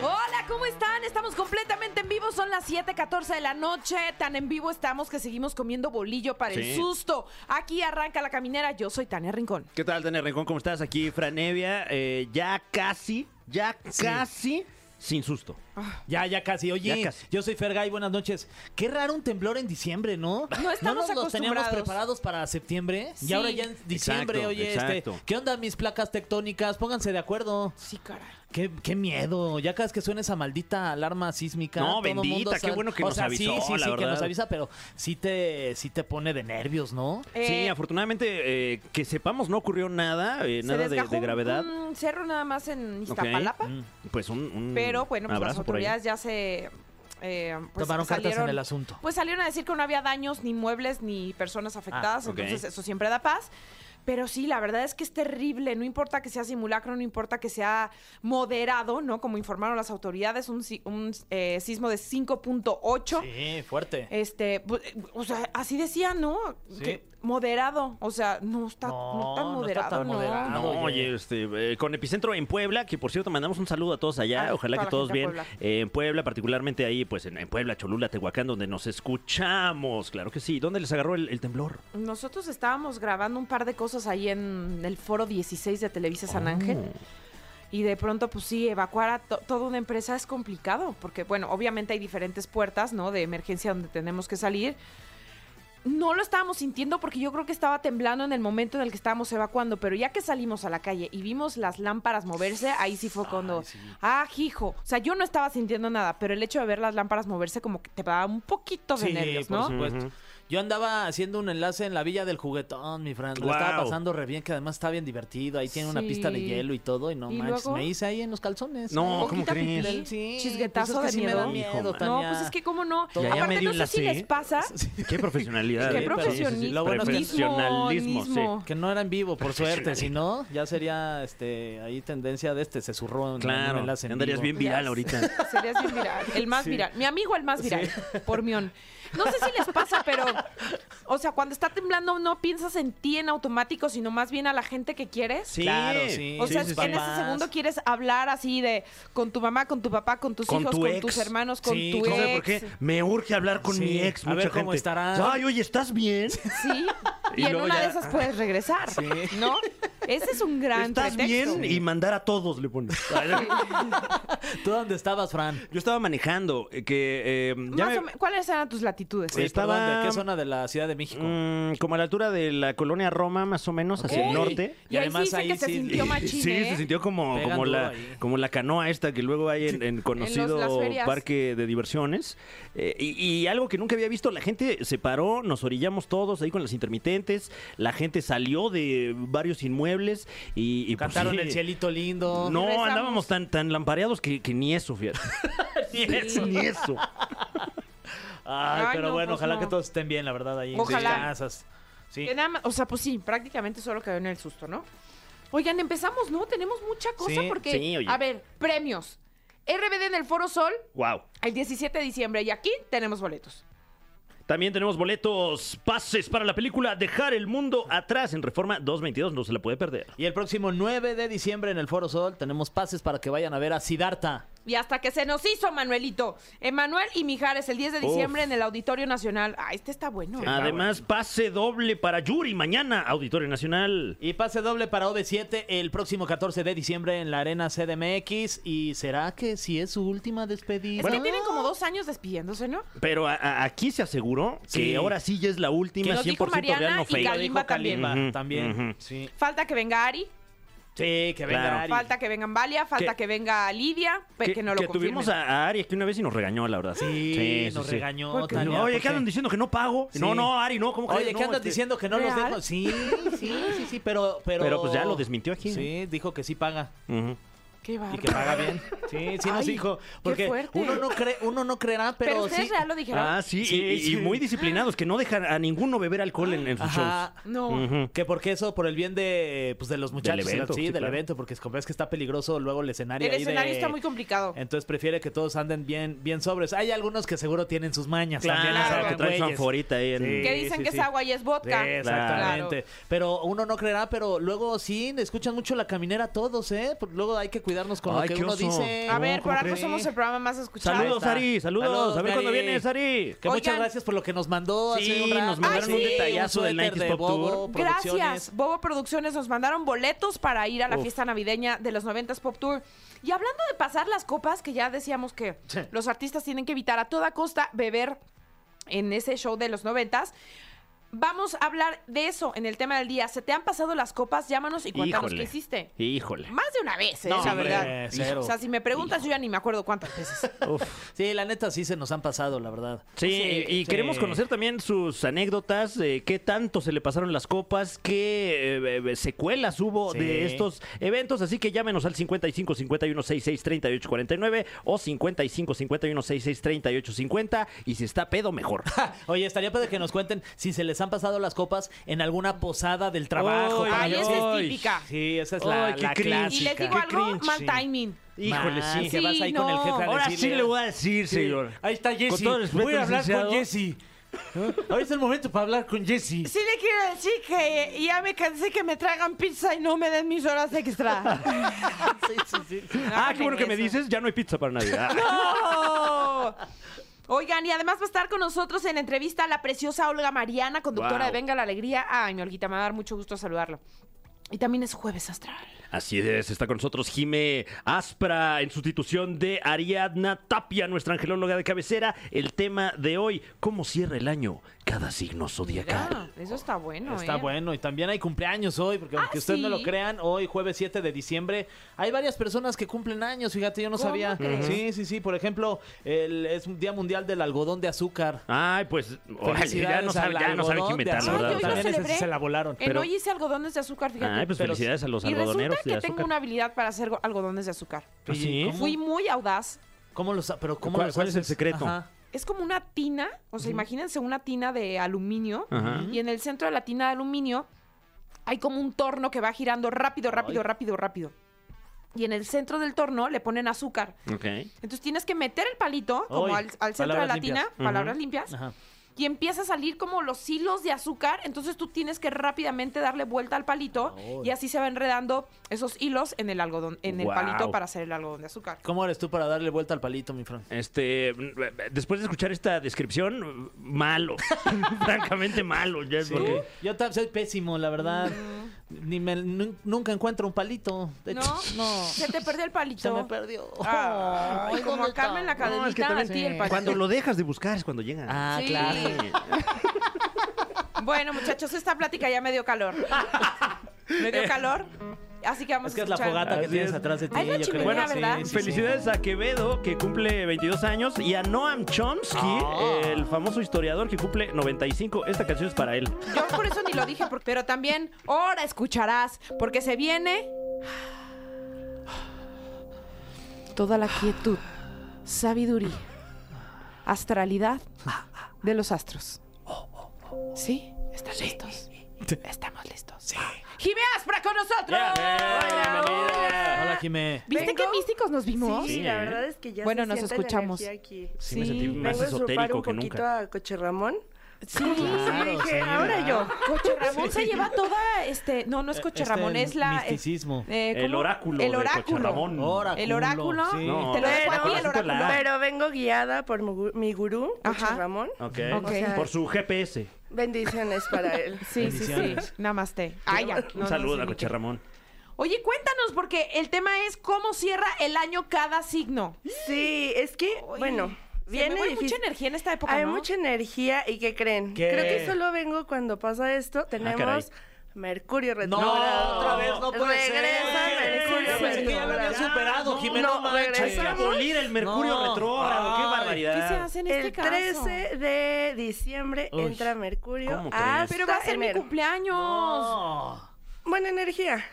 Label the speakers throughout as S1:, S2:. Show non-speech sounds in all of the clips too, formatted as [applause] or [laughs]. S1: Hola, ¿cómo están? Estamos completamente en vivo, son las 7:14 de la noche. Tan en vivo estamos que seguimos comiendo bolillo para el
S2: Sí.
S1: susto. Aquí arranca la caminera, yo soy Tania Rincón.
S2: ¿Qué tal, Tania Rincón? ¿Cómo estás? Aquí, Franevia. Eh, ya casi, ya casi sin susto.
S3: Ya, ya casi.
S2: Ya
S3: Oye,
S2: casi.
S3: yo soy Fergay, buenas noches. Qué raro un temblor en diciembre, ¿no?
S1: estamos
S3: ¿No nos los teníamos
S1: acostumbrados.
S3: preparados para septiembre.
S1: Sí.
S3: Y ahora ya en diciembre,
S2: Exacto,
S3: oye,
S2: exacto.
S3: este, ¿qué onda mis placas tectónicas? Pónganse de acuerdo.
S1: Sí, caray.
S3: Qué, qué miedo, ya cada vez que suena esa maldita alarma sísmica.
S2: No,
S3: todo
S2: bendita,
S3: mundo
S2: qué
S3: sabe-
S2: bueno que
S3: o
S2: nos
S3: sea, Sí,
S2: avisó,
S3: sí,
S2: la
S3: sí, que
S2: verdad.
S3: nos avisa, pero sí te, sí te pone de nervios, ¿no?
S2: sí,
S1: Eh,
S2: afortunadamente, eh, que sepamos, no ocurrió nada, eh,
S1: se
S2: nada de,
S1: desgajó
S2: de
S1: un-
S2: gravedad.
S1: Un cerro nada más en
S2: Ok.
S1: Iztapalapa,
S2: Mm, Pues un, un
S1: pero bueno, pues las
S2: abrazo por ahí.
S1: autoridades ya se eh, pues,
S3: Tomaron cartas
S1: salieron-
S3: en el asunto.
S1: Pues salieron a decir que no había daños ni muebles ni personas afectadas,
S2: Ah, ok.
S1: entonces eso siempre da paz. Pero sí, la verdad es que es terrible, no importa que sea simulacro, no importa que sea moderado, ¿no? Como informaron las autoridades, un, si- un, eh, sismo de 5.8.
S3: Sí, fuerte.
S1: Este, bu- eh, o sea, así decía, ¿no?
S3: Sí.
S1: Que moderado, o sea, no está no,
S3: No,
S1: tan
S3: no
S1: moderado,
S3: está tan
S1: ¿no?
S3: moderado.
S2: Ah, No,
S3: Oye.
S2: oye, este, eh, con Epicentro en Puebla, que por cierto mandamos un saludo a todos allá,
S1: Ah,
S2: ojalá
S1: toda
S2: que
S1: la
S2: todos
S1: gente de
S2: bien
S1: Puebla.
S2: Eh, en Puebla, particularmente ahí, pues en, en Puebla, Cholula, Tehuacán, donde nos escuchamos, claro que sí. ¿Dónde les agarró el, el temblor?
S1: Nosotros estábamos grabando un par de cosas ahí en el foro 16 de Televisa San Ángel.
S3: Oh.
S1: Y de pronto, pues sí, evacuar a to- toda una empresa es complicado, porque bueno, obviamente hay diferentes puertas, ¿no? De emergencia donde tenemos que salir. No lo estábamos sintiendo porque yo creo que estaba temblando en el momento en el que estábamos evacuando, pero ya que salimos a la calle y vimos las lámparas moverse, ahí sí fue cuando... Ah, hijo. O sea, yo no estaba sintiendo nada, pero el hecho de ver las lámparas moverse como que te da un poquito de
S3: Sí,
S1: nervios,
S3: por
S1: ¿no?
S3: supuesto.
S2: Ujú.
S3: Yo andaba haciendo un enlace en la Villa del Juguetón, mi Fran. Lo
S2: Guau.
S3: estaba pasando re bien, que además está bien divertido. Ahí tiene una
S1: Sí.
S3: pista de hielo y todo. Y no
S1: ¿Y
S3: manches,
S1: luego?
S3: me hice ahí en los calzones.
S2: No,
S3: Un
S2: ¿cómo
S3: poquito
S2: crees?
S3: pipilín, Sí,
S1: Chisguetazo
S3: pues es
S1: de
S3: que sí
S1: miedo.
S3: me da
S2: Hijo,
S3: miedo,
S2: man.
S1: No,
S3: Tania.
S1: pues es que cómo no.
S3: Ya, ya
S1: Aparte,
S2: me dio ¿eh?
S1: no
S2: la
S1: sé si
S2: C.
S1: les pasa.
S3: [laughs] Sí.
S1: [laughs]
S2: Qué profesionalidad.
S1: Qué
S2: eh, pero-
S1: profesionista.
S3: Lo bueno es que-
S2: Profesionalismo, sí.
S1: Mismo.
S3: Que no era en
S2: [laughs]
S3: vivo, por suerte. Si no, ya sería este ahí tendencia de este. Se zurró en- en un
S2: Claro,
S3: enlace en
S2: andarías bien
S3: vivo.
S1: Ya
S2: viral
S1: sé.
S2: ahorita.
S1: [laughs] Serías bien viral. El más
S3: Sí.
S1: viral. Mi amigo el más viral. Por mión. No sé si les pasa, pero. O sea, cuando está temblando, no piensas en ti en automático, sino más bien a la gente que quieres.
S3: Claro, sí.
S1: O sea,
S3: sí,
S1: en
S3: sí, sí.
S1: ese segundo quieres hablar así de con tu mamá, con tu papá, con tus
S2: Con
S1: hijos,
S2: tu
S1: con
S2: ex.
S1: tus hermanos, con
S3: Sí,
S1: tu
S3: no
S1: ex.
S3: sé
S2: ¿Por qué? Me urge hablar con
S3: Sí.
S2: mi ex.
S3: A ver
S2: mucha
S3: cómo
S2: gente.
S3: estará.
S2: Ay, oye, ¿estás bien?
S1: Sí. Y,
S2: [laughs] Y
S1: en
S2: luego
S1: una de
S2: ya-
S1: esas puedes regresar. ¿No? Ese es un gran
S2: ¿Estás
S1: pretexto.
S2: bien? Y mandar a todos, le [laughs] pones.
S3: ¿Tú dónde estabas, Fran?
S2: Yo estaba manejando, eh, que eh, ya
S1: Más
S2: me-
S1: o me- ¿Cuáles eran tus latitudes?
S3: Pues,
S2: Sí. Estaba-
S3: perdón, ¿De qué zona de la Ciudad de México?
S2: Mm, como a la altura de la colonia Roma, más o menos, hacia
S1: Uy.
S2: el norte.
S1: Y, además ahí sí, dicen que se sintió machín,
S2: Sí,
S1: ¿eh?
S2: se sintió como,
S3: Pegan
S2: como,
S3: duro
S2: la,
S3: ahí.
S2: como la canoa esta que luego hay en, en conocido
S1: las ferias.
S2: parque de diversiones. Eh, y, y algo que nunca había visto, la gente se paró, nos orillamos todos ahí con las intermitentes, la gente salió de varios inmuebles y... y, pues,
S3: Cantaron
S2: sí.
S3: el cielito lindo.
S2: No,
S1: Regresamos.
S2: andábamos tan, tan lampareados que, que ni eso, fíjate. ni eso, [laughs] ni eso.
S3: Ay,
S1: Ay,
S3: pero
S1: no,
S3: bueno,
S1: pues
S3: ojalá
S1: no.
S3: que todos estén bien, la verdad, ahí
S1: Ojalá.
S3: en sus casas. Sí.
S1: Que nada más- o sea, pues sí, prácticamente solo quedó en el susto, ¿no? Oigan, empezamos, ¿no? Tenemos mucha cosa
S3: Sí,
S1: porque,
S2: sí, oye.
S1: a ver, premios. RBD en el Foro Sol
S2: Wow.
S1: el 17 de diciembre y aquí tenemos boletos.
S2: También tenemos boletos, pases para la película Dejar el Mundo Atrás en Reforma 222, no se la puede perder.
S3: Y el próximo 9 de diciembre en el Foro Sol tenemos pases para que vayan a ver a Sidarta.
S1: Y hasta que se nos hizo, Manuelito. Emanuel y Mijares el 10 de
S2: Uf.
S1: diciembre en el Auditorio Nacional. Ah, este está bueno.
S2: Además, pase doble para Yuri mañana, Auditorio Nacional.
S3: Y pase doble para OV7 el próximo 14 de diciembre en la Arena CDMX. ¿Y será que si es su última despedida?
S1: es que tienen como dos años despidiéndose, ¿no?
S2: Pero a- a- aquí se aseguró
S3: Sí.
S2: que ahora sí ya es la
S1: Que
S2: última
S1: nos dijo
S2: 100% real,
S1: Mariana
S2: no
S1: y Gal-
S2: fake.
S1: Kalimba
S2: también. Ujú,
S3: también.
S2: ujú.
S3: Sí.
S1: Falta que venga Ari,
S3: Sí, que venga
S2: Claro.
S3: Ari.
S1: falta que venga Valia, falta
S2: Que-
S1: que venga Lidia,
S3: pues,
S1: pe- que, no lo confirmen.
S2: tuvimos a, a Ari aquí una vez y nos regañó, la verdad.
S3: Sí, nos
S2: sí.
S3: regañó.
S1: ¿Por qué?
S2: No,
S3: Tania,
S2: Oye,
S3: ¿por
S2: ¿qué andan diciendo que no pago?
S3: Sí.
S2: No, no, Ari, no, ¿cómo
S3: Oye,
S2: crees?
S3: ¿qué
S2: No,
S3: andas
S2: este-
S3: diciendo que no los
S1: ¿Real?
S3: dejo? Sí, sí, sí, sí, pero, pero...
S2: Pero, pues, ya lo desmintió aquí, ¿no?
S3: Sí, dijo que sí paga.
S2: Ujú.
S1: Qué
S3: y que
S1: bárbaro.
S3: paga bien. Sí, sí nos
S1: Ay,
S3: dijo.
S1: qué
S3: Porque
S1: fuerte.
S3: uno no cree, uno no creerá, pero,
S1: Pero, ustedes
S3: sí.
S1: real lo dijeron.
S2: Ah, sí,
S3: Sí,
S2: y, y
S3: sí.
S2: muy disciplinados, que no dejan a ninguno beber alcohol en, en sus
S3: Ajá.
S1: no.
S2: shows. Ujú.
S3: Que porque eso, por el bien de, pues, de los muchachos.
S2: evento,
S3: sí,
S2: sí,
S3: del
S2: claro.
S3: evento, porque es- como ves que está peligroso luego el escenario.
S1: El
S3: ahí de-
S1: escenario está muy complicado.
S3: Entonces prefiere que todos anden bien, bien sobres. Hay algunos que seguro tienen sus mañas. también, o sea,
S2: Claro, que
S3: que
S2: traen su
S3: güeyes.
S2: anforita ahí en...
S3: Sí.
S1: que dicen
S3: sí,
S1: que
S3: sí.
S1: es agua y es
S3: Sí,
S1: vodka.
S3: exactamente. Pero uno no creerá, pero luego sí, escuchan mucho la caminera todos, ¿eh? Por- Luego hay que cuidarnos con
S2: Ay,
S3: lo que
S2: qué
S3: uno
S2: oso.
S3: dice.
S1: Claro. A
S2: No,
S1: ver, por
S2: ¿cómo
S1: algo
S3: crees?
S1: somos el programa más escuchado.
S2: Saludos,
S3: Ahí está.
S2: Ari, saludos.
S3: Saludos,
S2: a ver
S3: mi
S2: cuándo
S3: Ari.
S2: vienes, Ari.
S3: Que muchas
S1: Oigan.
S3: gracias por lo que nos mandó.
S2: Sí,
S3: hace un rato.
S2: nos mandaron
S1: un Ah, sí.
S2: detallazo del
S3: suéter
S2: 90s Pop
S3: Bobo
S2: Tour.
S3: Producciones.
S1: Gracias. Bobo Producciones nos mandaron boletos para ir a la
S2: Uf.
S1: fiesta navideña de los 90s Pop Tour. Y hablando de pasar las copas, que ya decíamos que
S3: Sí.
S1: los artistas tienen que evitar a toda costa beber en ese show de los 90s. Vamos a hablar de eso en el tema del día. ¿Se te han pasado las copas? Llámanos y cuéntanos
S2: Híjole.
S1: qué hiciste.
S2: Híjole.
S1: Más de una vez, ¿eh?
S3: No,
S1: la
S3: hombre,
S1: verdad.
S3: cero.
S1: O sea, si me preguntas, yo ya ni me acuerdo cuántas
S2: [laughs]
S1: veces.
S2: Uf.
S3: Sí, la neta sí se nos han pasado, la verdad.
S2: Sí,
S3: Sí,
S2: y, y
S3: sí.
S2: queremos conocer también sus anécdotas, eh, qué tanto se le pasaron las copas, qué eh, eh, secuelas hubo
S3: Sí.
S2: de estos eventos, así que llámenos al 55 51 66 38 49 o 55 51 66 38 50 y si está pedo mejor.
S3: Oye, estaría para que nos cuenten si se les han pasado las copas en alguna posada del trabajo.
S2: Ay,
S1: Ay,
S3: cabrón.
S1: esa es típica.
S3: Sí, esa es la,
S2: Ay, qué
S3: la
S2: cringe.
S3: clásica.
S1: Y les digo
S2: Qué
S1: algo,
S2: cringe,
S1: mal
S2: sí.
S1: timán.
S2: Híjole,
S3: Más,
S2: Ah, sí.
S3: Que vas ahí
S1: Sí,
S3: con el
S1: no.
S3: jefe a
S2: Ahora sí
S3: decirle,
S2: le voy a decir, señor.
S3: Ahí está
S2: Con todo respeto, licenciado.
S3: Jesse. Ahora es el momento para hablar con
S2: [laughs]
S3: Jesse.
S1: Sí le quiero decir que ya me cansé que me traigan pizza y no me den mis horas [laughs] extra.
S2: Ah, qué bueno que me
S1: eso. [laughs]
S2: dices, ya no hay pizza para nadie. Ah.
S1: ¡No! Oh. Oigan, y además va a estar con nosotros en entrevista la preciosa Olga Mariana, conductora
S2: Wow.
S1: de Venga la Alegría. Ay, mi Olguita, me va a dar mucho gusto saludarlo. Y también es jueves astral.
S2: Así es, está con nosotros Jime Aspra en sustitución de Ariadna Tapia, nuestra angelóloga de cabecera. El tema de hoy, ¿cómo cierra el año cada signo zodiacal?
S1: Mira, Ah, eso está bueno,
S3: Está
S1: ¿eh?
S3: bueno, y también hay cumpleaños hoy, porque
S1: Ah,
S3: aunque ustedes no lo
S1: sí.
S3: crean, hoy jueves 7 de diciembre hay varias personas que cumplen años, fíjate, yo no
S1: ¿Cómo
S3: sabía.
S1: crees?
S3: Sí, sí, sí, por ejemplo, el, es un Día Mundial del Algodón de Azúcar.
S2: Ay, pues, órale, ya no sabe, ya no sabe qué inventar, la
S1: azúcar.
S2: verdad.
S1: Ay, yo iba a
S3: También
S1: ser-
S3: ese sí
S1: celebré.
S3: se la volaron.
S1: En
S2: Pero-
S1: hoy hice algodones de azúcar, fíjate.
S2: Ay, pues
S3: Pero-
S2: felicidades a los
S1: y resulta
S2: algodoneros
S1: que
S2: de
S1: tengo una
S2: azúcar.
S1: habilidad para hacer go- algodones de azúcar.
S2: ¿Ah, sí?
S3: ¿Cómo?
S1: Fui muy audaz.
S3: ¿Cómo los, ha- pero cómo
S2: ¿Cuál-
S3: los
S2: cuál es el
S3: haces?
S2: secreto?
S3: Ajá.
S1: Es como una tina, o sea, imagínense una tina de aluminio
S2: Ajá.
S1: y en el centro de la tina de aluminio hay como un torno que va girando rápido, rápido,
S3: Ay.
S1: rápido, rápido. Y en el centro del torno le ponen azúcar.
S2: Ok.
S1: Entonces tienes que meter el palito como
S3: Ay,
S1: al, al centro de
S3: palabras
S1: la
S3: limpias.
S1: tina, palabras limpias,
S3: Ajá.
S1: y empieza a salir como los hilos de azúcar. Entonces tú tienes que rápidamente darle vuelta al palito
S3: Ay.
S1: y así se va enredando esos hilos en el algodón, en el palito
S2: Guau.
S1: para hacer el algodón de azúcar.
S3: ¿Cómo eres tú para darle vuelta al palito, mi Fran?
S2: Este, después de escuchar esta descripción, malo. [laughs] Francamente malo. Ya es
S3: Sí.
S2: porque-
S3: Yo tam- soy pésimo, la verdad. Ni me- nun- nunca encuentro un palito. De
S1: Mm. No,
S3: hecho, [laughs] no.
S1: se te perdió el palito.
S3: Se me perdió.
S1: Ah,
S3: Ay,
S1: y como
S3: ¿dónde
S1: a Carmen
S3: está?
S1: la cadenita,
S2: No, es que también-
S1: a ti el palito.
S2: Cuando lo dejas de buscar es cuando llega.
S3: Ah,
S1: Sí.
S3: claro.
S1: Bueno, muchachos, esta plática ya me dio calor.
S3: [laughs]
S1: me
S3: Eh.
S1: dio calor. Así que vamos
S3: Es que
S1: a
S3: es la
S1: escuchar.
S3: fogata que
S2: Así
S3: tienes
S2: es.
S3: atrás de ti,
S1: Hay una
S3: yo creo.
S1: chimenea,
S3: Sí,
S1: ¿verdad?
S3: sí, sí.
S2: Felicidades a Quevedo, que cumple 22 años, y a Noam Chomsky,
S3: Ah.
S2: el famoso historiador que cumple 95. Esta canción es para él.
S1: Yo por eso ni lo dije, por- pero también ahora escucharás, porque se viene toda la quietud, sabiduría, astralidad de los astros. ¿Sí? ¿Están listos? Estamos listos. Sí. ¡Jimé Aspra con nosotros!
S2: Yeah.
S1: Hola, hola.
S3: Hola, Jimé.
S1: ¿Viste
S4: ¿Vengo?
S1: qué místicos nos vimos?
S4: Sí,
S2: Sí,
S4: la
S2: ¿eh?
S4: verdad es que ya
S1: Bueno,
S4: se
S1: nos
S4: siente
S1: escuchamos.
S4: la energía aquí.
S2: Sí, me sentí
S1: Sí.
S2: más
S4: Vengo a usurpar
S2: esotérico
S4: un
S2: que
S4: poquito
S2: nunca.
S4: a Coche Ramón.
S1: Sí.
S3: Claro,
S4: dije,
S3: sí,
S4: ahora
S3: ¿verdad?
S4: yo.
S1: Coche Ramón se lleva toda este, no, no es Coche
S3: Este
S1: Ramón, es la eh,
S3: Misticismo.
S1: eh,
S2: El
S1: ¿cómo?
S2: oráculo.
S1: El
S2: de
S1: oráculo.
S2: Cochabamón.
S3: Oráculo.
S1: El oráculo,
S3: Sí.
S2: No.
S1: te lo dejo a ti, el
S2: Pero-
S1: oráculo.
S4: Pero vengo guiada por mi gu- mi gurú, Coche
S1: Ajá.
S4: Ramón.
S2: Ok.
S1: Ok.
S2: Por su GPS.
S4: Bendiciones para
S1: [laughs]
S4: él.
S1: Sí, sí, sí.
S3: Bendiciones.
S1: Namaste. Ay, ya.
S2: Un
S1: No, no,
S2: saludo
S1: sí,
S2: a
S1: ni
S2: Coche
S1: qué.
S2: Ramón.
S1: Oye, cuéntanos, porque el tema es cómo cierra el año cada signo.
S4: Sí, es que,
S1: Uy,
S4: bueno,
S1: se
S4: viene
S1: me mueve mucha
S4: difícil.
S1: energía en esta época,
S4: Hay
S1: ¿no?
S4: mucha energía y ¿qué creen?
S3: ¿Qué?
S4: Creo que solo vengo cuando pasa esto.
S2: caray.
S4: Tenemos Mercurio
S3: No,
S4: retrógrado.
S3: otra vez no puede ser.
S4: Regresa
S3: Yo pensé que
S4: Mercurio
S3: ya lo habían
S4: retrógrado.
S3: superado,
S2: No,
S3: Jimena. No,
S4: no,
S3: manches.
S4: Hay que regresamos. abolir
S2: el
S3: mercurio retrógrado, qué barbaridad.
S1: ¿Qué se hace en este
S4: El
S1: caso?
S4: 13 de diciembre
S3: Uy,
S4: entra Mercurio
S2: ¿cómo crees?
S4: hasta
S1: Pero va a ser mi
S4: enero.
S1: cumpleaños.
S3: No.
S4: Buena energía.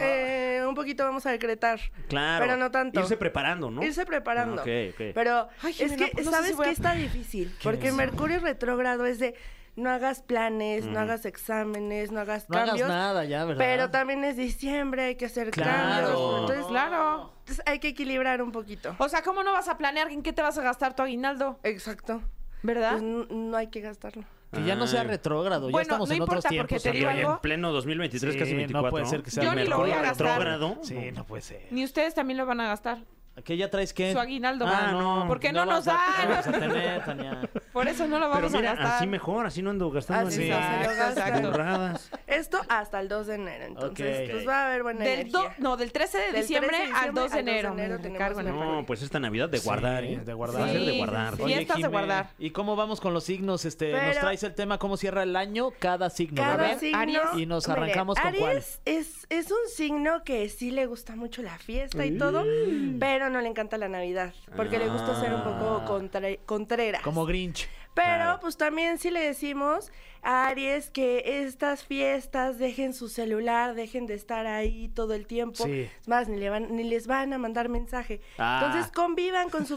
S4: eh, un poquito vamos a decretar.
S2: Ah. Claro.
S4: Pero no tanto.
S2: Irse preparando, ¿no?
S4: Irse preparando.
S2: Ok, ok.
S4: Pero
S1: Ay,
S4: es
S1: Jimena,
S4: que,
S1: pues no sé
S4: ¿sabes
S1: si voy
S4: que
S1: a-
S4: está difícil? Porque Mercurio retrógrado es de no hagas planes, no hagas exámenes, no hagas
S3: No hagas
S4: cambios.
S3: nada ya, ¿verdad?
S4: Pero también es diciembre, hay que hacer
S3: Claro.
S4: cambios. Entonces,
S1: Claro.
S4: entonces hay que equilibrar un poquito.
S2: Oh.
S1: O sea, ¿cómo no vas a planear en qué te vas a gastar tu aguinaldo?
S4: Exacto.
S1: ¿Verdad?
S4: Pues n- no hay que gastarlo.
S3: Que ya no sea
S2: Ay.
S3: retrógrado, ya
S1: Bueno,
S3: estamos
S1: no
S3: en otros
S1: importa, porque
S3: tiempos.
S1: te
S3: amigo.
S1: digo
S2: Oye, en
S1: algo.
S2: pleno 2023,
S3: Sí,
S2: casi 24.
S3: No puede ser que sea
S1: Yo ni lo voy a gastar.
S3: Mercurio ¿eh? retrógrado.
S2: ¿Retrógrado?
S3: Sí, no puede ser.
S1: Ni ustedes también lo van a gastar.
S3: ¿Qué ya traes
S2: Eh.
S3: qué?
S1: Su aguinaldo.
S3: Ah, no.
S1: Porque no,
S3: vas
S1: nos
S3: a-
S1: dan.
S3: no vas a tener, Tania.
S1: Por eso no lo
S2: Pero
S1: vamos
S2: mira,
S1: a gastar.
S2: así mejor, así no ando gastando
S4: Así
S2: en
S4: no se lo
S1: Exacto,
S4: gastan.
S1: exacto.
S2: burradas.
S4: Esto hasta el 2 de enero. Entonces,
S3: Ok.
S4: pues va a haber buena
S1: Del do-
S4: energía.
S1: no, del 13 de
S4: Del
S1: diciembre,
S4: 13 de
S1: al 2 de
S4: diciembre
S1: enero.
S4: al 2 de enero
S1: me
S4: tenemos
S1: cargo en el
S4: Mercurio.
S2: No, pues esta Navidad de guardar,
S3: Sí,
S2: ¿eh?
S3: de guardar.
S2: Va a ser de
S1: Sí,
S2: guardar.
S1: sí,
S3: Oye,
S1: Fiestas de
S3: Jime,
S1: guardar.
S3: ¿Y cómo vamos con los signos? Este, nos
S4: Pero-
S3: traes el tema cómo cierra el año cada signo,
S4: Cada
S3: ¿verdad?
S4: signo.
S1: Aries.
S3: Y nos
S4: miren,
S3: arrancamos con
S4: Aries
S3: cuál.
S4: Es, es un signo que sí le gusta mucho la fiesta y todo,
S3: Mm.
S4: pero no le encanta la Navidad, porque le gusta ser un poco contra, contreras.
S3: Ah. Como Grinch.
S4: Pero
S2: Claro.
S4: pues también si le decimos a Aries que estas fiestas dejen su celular, dejen de estar ahí todo el tiempo.
S3: Sí.
S4: Es más, ni, le van, ni les van a mandar mensaje.
S2: Ah.
S4: Entonces convivan con su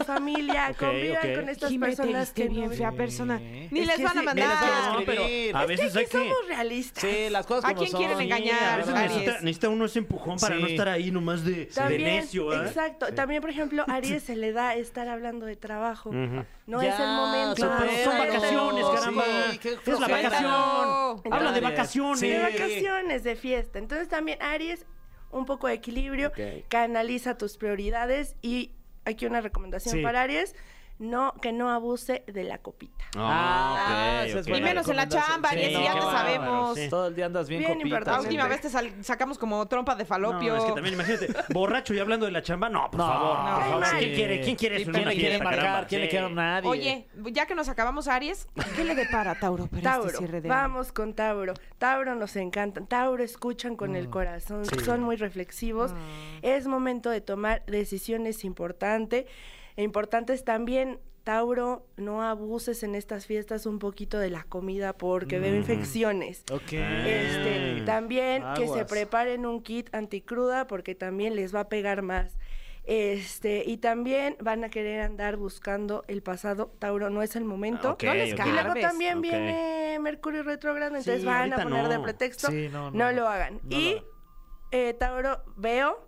S3: [laughs]
S4: familia,
S3: Ok,
S4: convivan
S3: ok.
S4: con estas
S1: Jime, te
S4: personas
S1: viste
S4: que
S1: bien
S4: no-
S1: fea
S3: Sí.
S1: persona. Ni
S4: Es
S1: les
S4: que
S1: van a
S4: sí, ni les van
S1: mandar.
S4: a
S3: No, pero
S2: escribir.
S3: a
S2: Es
S3: veces
S4: Es
S2: veces
S4: que
S2: hay que-
S4: somos realistas.
S3: Sí, las cosas
S1: ¿A
S3: como
S1: quién
S3: son.
S1: quieren
S3: Sí,
S1: engañar?
S3: a
S2: A veces
S3: veces
S1: Aries.
S2: necesita, necesita uno ese empujón para
S3: Sí.
S2: no estar ahí nomás de, de necio, ¿eh?
S4: Exacto. También, por ejemplo, a Aries se le da estar hablando de trabajo.
S2: Ujú.
S4: No
S3: Ya,
S4: es el momento.
S3: supéralo.
S2: Pero son vacaciones, caramba.
S3: Sí, qué
S2: es la
S3: flojera. Ah,
S2: vacación.
S1: Suéltalo.
S2: Habla de
S3: Entonces,
S2: vacaciones.
S3: sí.
S4: De vacaciones, de fiesta. Entonces también, Aries, un poco de equilibrio,
S2: Ok.
S4: canaliza tus prioridades y aquí una recomendación
S3: Sí.
S4: para Aries, no que no abuse de la copita.
S2: Ah,
S3: Ah,
S2: ok,
S3: esa es
S2: ok.
S1: Y
S3: buena
S1: menos en la
S3: recomendación.
S1: chamba,
S2: Ariel, si ya te
S3: qué
S1: sabemos.
S3: bárbaro, Todo el día andas bien,
S4: Bien
S3: copita,
S1: La
S4: importante.
S3: sí. Ah,
S1: última vez te sal- sacamos como trompa de
S2: No,
S1: falopio.
S2: es que también imagínate, borracho y hablando de la chamba, no, por
S3: No,
S2: favor.
S3: no,
S2: por favor.
S4: sí.
S2: ¿Quién quiere? ¿Quién quiere?
S3: Sí,
S2: eso en
S3: ¿Quién
S2: una
S3: le quiere
S2: fiesta,
S3: marcar?
S2: caramba?
S3: ¿Quién le
S2: Sí.
S3: quiere a nadie?
S1: Oye, ya que nos acabamos Aries, ¿qué le depara Tauro para
S4: Tauro,
S1: este cierre de año?
S4: vamos con Tauro. Tauro nos encantan. Tauro escuchan con
S1: Mm,
S4: el corazón, son muy reflexivos. Es momento de tomar decisiones importantes. Importantes también, Tauro, no abuses en estas fiestas un poquito de la comida porque veo infecciones.
S3: Ok.
S4: Este, también que se
S3: Aguas.
S4: preparen un kit anticruda porque también les va a pegar más. Este, y también van a querer andar buscando el pasado. Tauro, no es el momento.
S2: Ok,
S1: No les
S2: ok.
S4: Y luego
S1: Carbes.
S4: también
S2: Ok.
S4: viene Mercurio retrógrado, entonces
S2: Sí,
S4: van
S2: ahorita
S4: a poner de
S2: no.
S4: pretexto.
S3: Sí, no,
S4: no,
S3: no, no.
S4: lo hagan.
S3: No lo
S4: y
S3: hagan.
S4: eh, Tauro, veo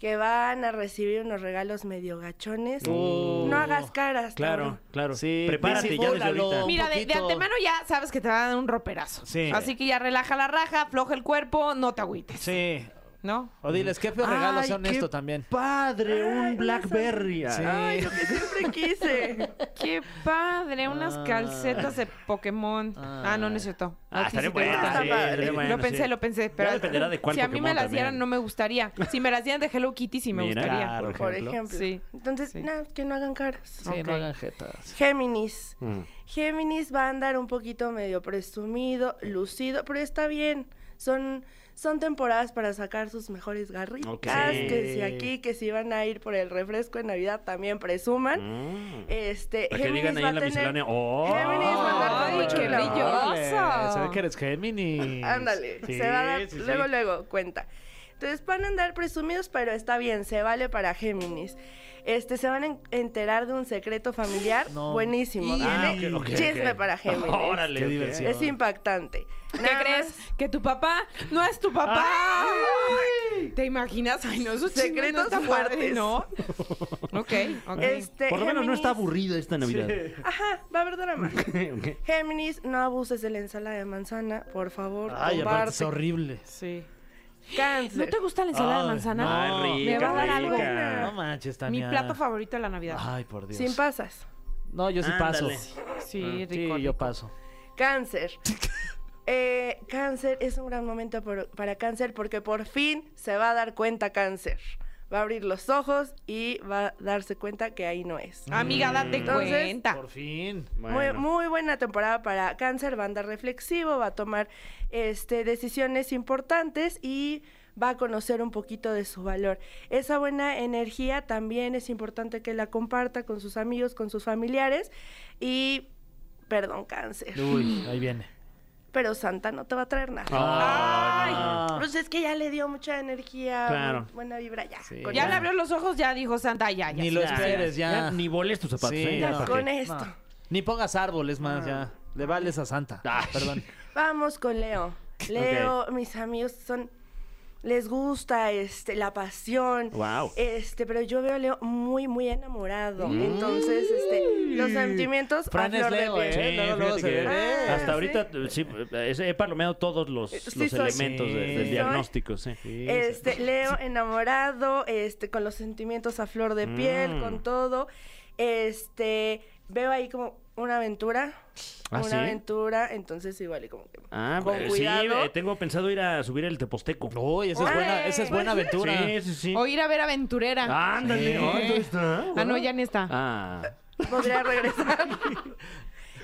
S4: que van a recibir unos regalos medio gachones.
S3: Oh.
S4: No hagas caras,
S2: Claro,
S4: Tauro.
S2: claro.
S3: Sí,
S2: Prepárate ya desde
S3: disimúlalo.
S2: ahorita.
S3: Mi-
S1: Mira, de, de
S3: poquito.
S1: antemano ya sabes que te van a dar un roperazo.
S3: Sí.
S1: Así que ya relaja la raja, afloja el cuerpo, no te agüites.
S3: Sí.
S1: ¿No?
S3: O diles, qué feo regalo,
S2: Ay,
S3: sea
S2: qué
S3: honesto también.
S2: Padre, un Blackberry.
S3: Sí.
S2: Ah,
S4: Ay, lo que siempre quise.
S1: Qué padre, unas
S3: Ah.
S1: calcetas de Pokémon. Ah, no, no es cierto. A ti
S2: Ah,
S1: sí
S2: estaría
S1: te
S2: buena,
S1: gustan.
S2: sí, estaría buena,
S1: Lo pensé,
S2: sí.
S1: lo pensé.
S2: Ya
S1: Pero
S2: dependerá de cuál
S1: Si a mí me
S2: Pokémon
S1: las dieran,
S2: también.
S1: no me gustaría. Si me las dieran de Hello Kitty, sí me
S2: Mira,
S1: gustaría.
S2: claro.
S4: Por ejemplo.
S1: Sí,
S4: Entonces,
S1: sí.
S4: nada, que no hagan caras.
S3: Sí,
S1: Ok.
S3: no hagan jetas.
S4: Géminis.
S2: Mm.
S4: Géminis va a andar un poquito medio presumido, lucido, pero está bien. Son, son temporadas para sacar sus mejores garritas.
S2: Ok.
S4: Que si aquí, que si van a ir por el refresco en Navidad, también presuman.
S2: Mm.
S4: Este,
S2: Para que digan ahí en la miscelánea. ¡Oh!
S4: Géminis va a andar con
S1: Ay,
S4: mucho
S1: qué
S4: glamour.
S1: brillo. brillosa.
S3: Se ve que eres Géminis.
S4: Ándale,
S3: Sí,
S4: se va a dar
S3: sí, sí.
S4: luego, luego, cuenta. Entonces van a andar presumidos, pero está bien, se vale para Géminis. Este, se van a en- enterar de un secreto familiar,
S3: No.
S4: buenísimo.
S2: Ah,
S4: Viene
S2: ok, ok, [laughs] ok.
S4: chisme para Géminis.
S2: Órale,
S3: Qué
S2: ok.
S3: diversión.
S4: Es impactante.
S1: ¿Qué
S4: Nada
S1: crees?
S4: más
S1: Que tu papá no es tu papá. ¿Te imaginas? Ay, no, esos chismes no
S4: Secretos
S1: está padre,
S4: fuertes.
S1: ¿no? Ok, ok.
S4: [laughs] Este,
S2: Por lo menos no
S4: Géminis-
S2: está aburrido esta [laughs] Navidad.
S4: Ajá, va a haber drama.
S2: Ok.
S4: Géminis, no abuses de la ensalada de manzana, por favor.
S3: Ay, aparte es
S4: comparte.
S3: horrible.
S1: Sí.
S4: Cáncer.
S1: ¿No te gusta la ensalada
S3: Ay,
S1: de manzana?
S3: no.
S2: Ay,
S1: Me va a dar
S2: rica,
S1: algo.
S2: Ah, rica.
S3: No manches,
S1: Mi
S3: Tania.
S1: plato favorito de la Navidad.
S2: Ah.
S3: Ay, por Dios.
S4: Sin pasas.
S3: No, yo sí paso.
S2: Ándale. Ah,
S1: Sí, rico.
S3: Sí, yo
S1: rico.
S3: paso.
S2: [laughs]
S4: Cáncer. Eh, cáncer es un gran momento por- para cáncer porque por fin se va a dar cuenta cáncer. Va a abrir los ojos y va a darse cuenta que ahí no es.
S1: Amiga, date
S4: Entonces,
S1: cuenta.
S3: Por fin.
S4: Muy,
S2: Bueno.
S4: muy buena temporada para Cáncer, va a andar reflexivo, va a tomar este, decisiones importantes y va a conocer un poquito de su valor. Esa buena energía también es importante que la comparta con sus amigos, con sus familiares y, perdón, Cáncer.
S3: Uy, ahí viene.
S4: pero Santa no te va a traer nada.
S3: Ah.
S4: Ay, pues es que ya le dio mucha energía,
S2: Claro.
S4: buena vibra ya.
S3: Sí.
S4: con
S1: Ya
S4: eso.
S1: le abrió los ojos, ya dijo Santa, ya, ya.
S3: Ni lo esperes, ya.
S2: ni voles tus zapatos.
S3: Sí,
S2: ¿eh?
S3: ya
S2: Ya para
S4: con
S2: qué.
S4: esto.
S3: No. Ni pongas árboles más, ya. Le vales a Santa.
S2: Ay.
S3: Perdón.
S4: Vamos con
S2: [laughs]
S4: Leo. Leo, mis amigos son les gusta este la pasión.
S2: Guau. Mm.
S4: Este, pero yo veo a Leo muy muy enamorado. Entonces, este, los sentimientos
S3: Fran
S4: a
S3: es
S4: flor
S3: Leo,
S4: de piel.
S3: ¿eh?
S2: Sí,
S3: Luego, luego
S2: fíjate
S3: se
S2: que
S4: ve.
S2: hasta
S4: Ah,
S2: ahorita sí, eh, he palomeado todos los,
S4: Eh, Sí
S2: los
S4: soy.
S2: elementos de-
S3: Sí.
S2: del
S3: Soy.
S2: diagnóstico. sí.
S4: Este, Leo enamorado, este, con los sentimientos a flor de piel,
S2: Mm.
S4: con todo. Este, veo ahí como una aventura.
S2: ¿Ah,
S4: una
S2: sí?
S4: aventura, entonces igual y como que
S2: Ah,
S4: con
S2: eh, sí,
S4: cuidado.
S2: eh, tengo pensado ir a subir el Teposteco.
S3: Uy, esa es buena, esa es buena aventura.
S2: Sí, sí, sí.
S1: O ir a ver Aventurera.
S2: Ándale,
S3: Sí.
S2: ay, ¿dónde está?
S1: Ah, no, ya ni está.
S2: Ah, [laughs]
S4: podría regresar.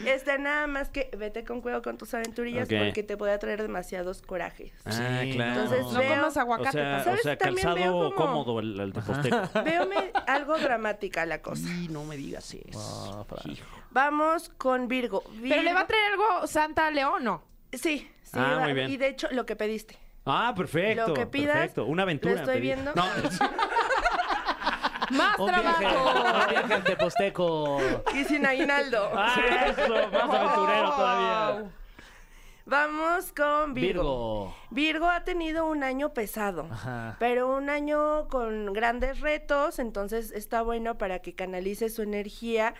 S4: Este, nada más que vete con cuidado con tus aventurillas
S2: Ok.
S4: porque te puede traer demasiados corajes.
S2: ah,
S3: Sí,
S2: claro.
S4: Entonces
S1: no
S4: veo,
S1: comas
S2: o
S1: aguacate.
S2: sea, o
S4: ¿Sabes?
S2: sea,
S4: También veo
S2: calzado
S4: como-
S2: cómodo el, el Teposteco.
S4: veo me- algo dramática la cosa.
S2: Y no me digas eso. Hijo.
S4: Vamos con Virgo.
S1: Pero le va a
S4: Virgo-
S1: traer algo Santa a León, ¿no?
S4: Sí, sí.
S2: Ah,
S4: va-
S2: muy bien.
S4: Y de hecho, lo que pediste.
S2: Ah, perfecto.
S4: Lo que pidas,
S2: perfecto. Una aventura.
S4: lo estoy
S2: pedí.
S4: viendo. [laughs]
S2: No,
S1: Más
S3: Un viaje, [laughs] un
S1: trabajo.
S3: viaje al Teposteco.
S4: Y sin aguinaldo.
S2: [laughs] ah, eso, más aventurero
S4: Oh.
S2: todavía.
S4: Vamos con Virgo.
S3: Virgo.
S4: Virgo ha tenido un año pesado,
S3: Ajá.
S4: pero un año con grandes retos, entonces está bueno para que canalice su energía.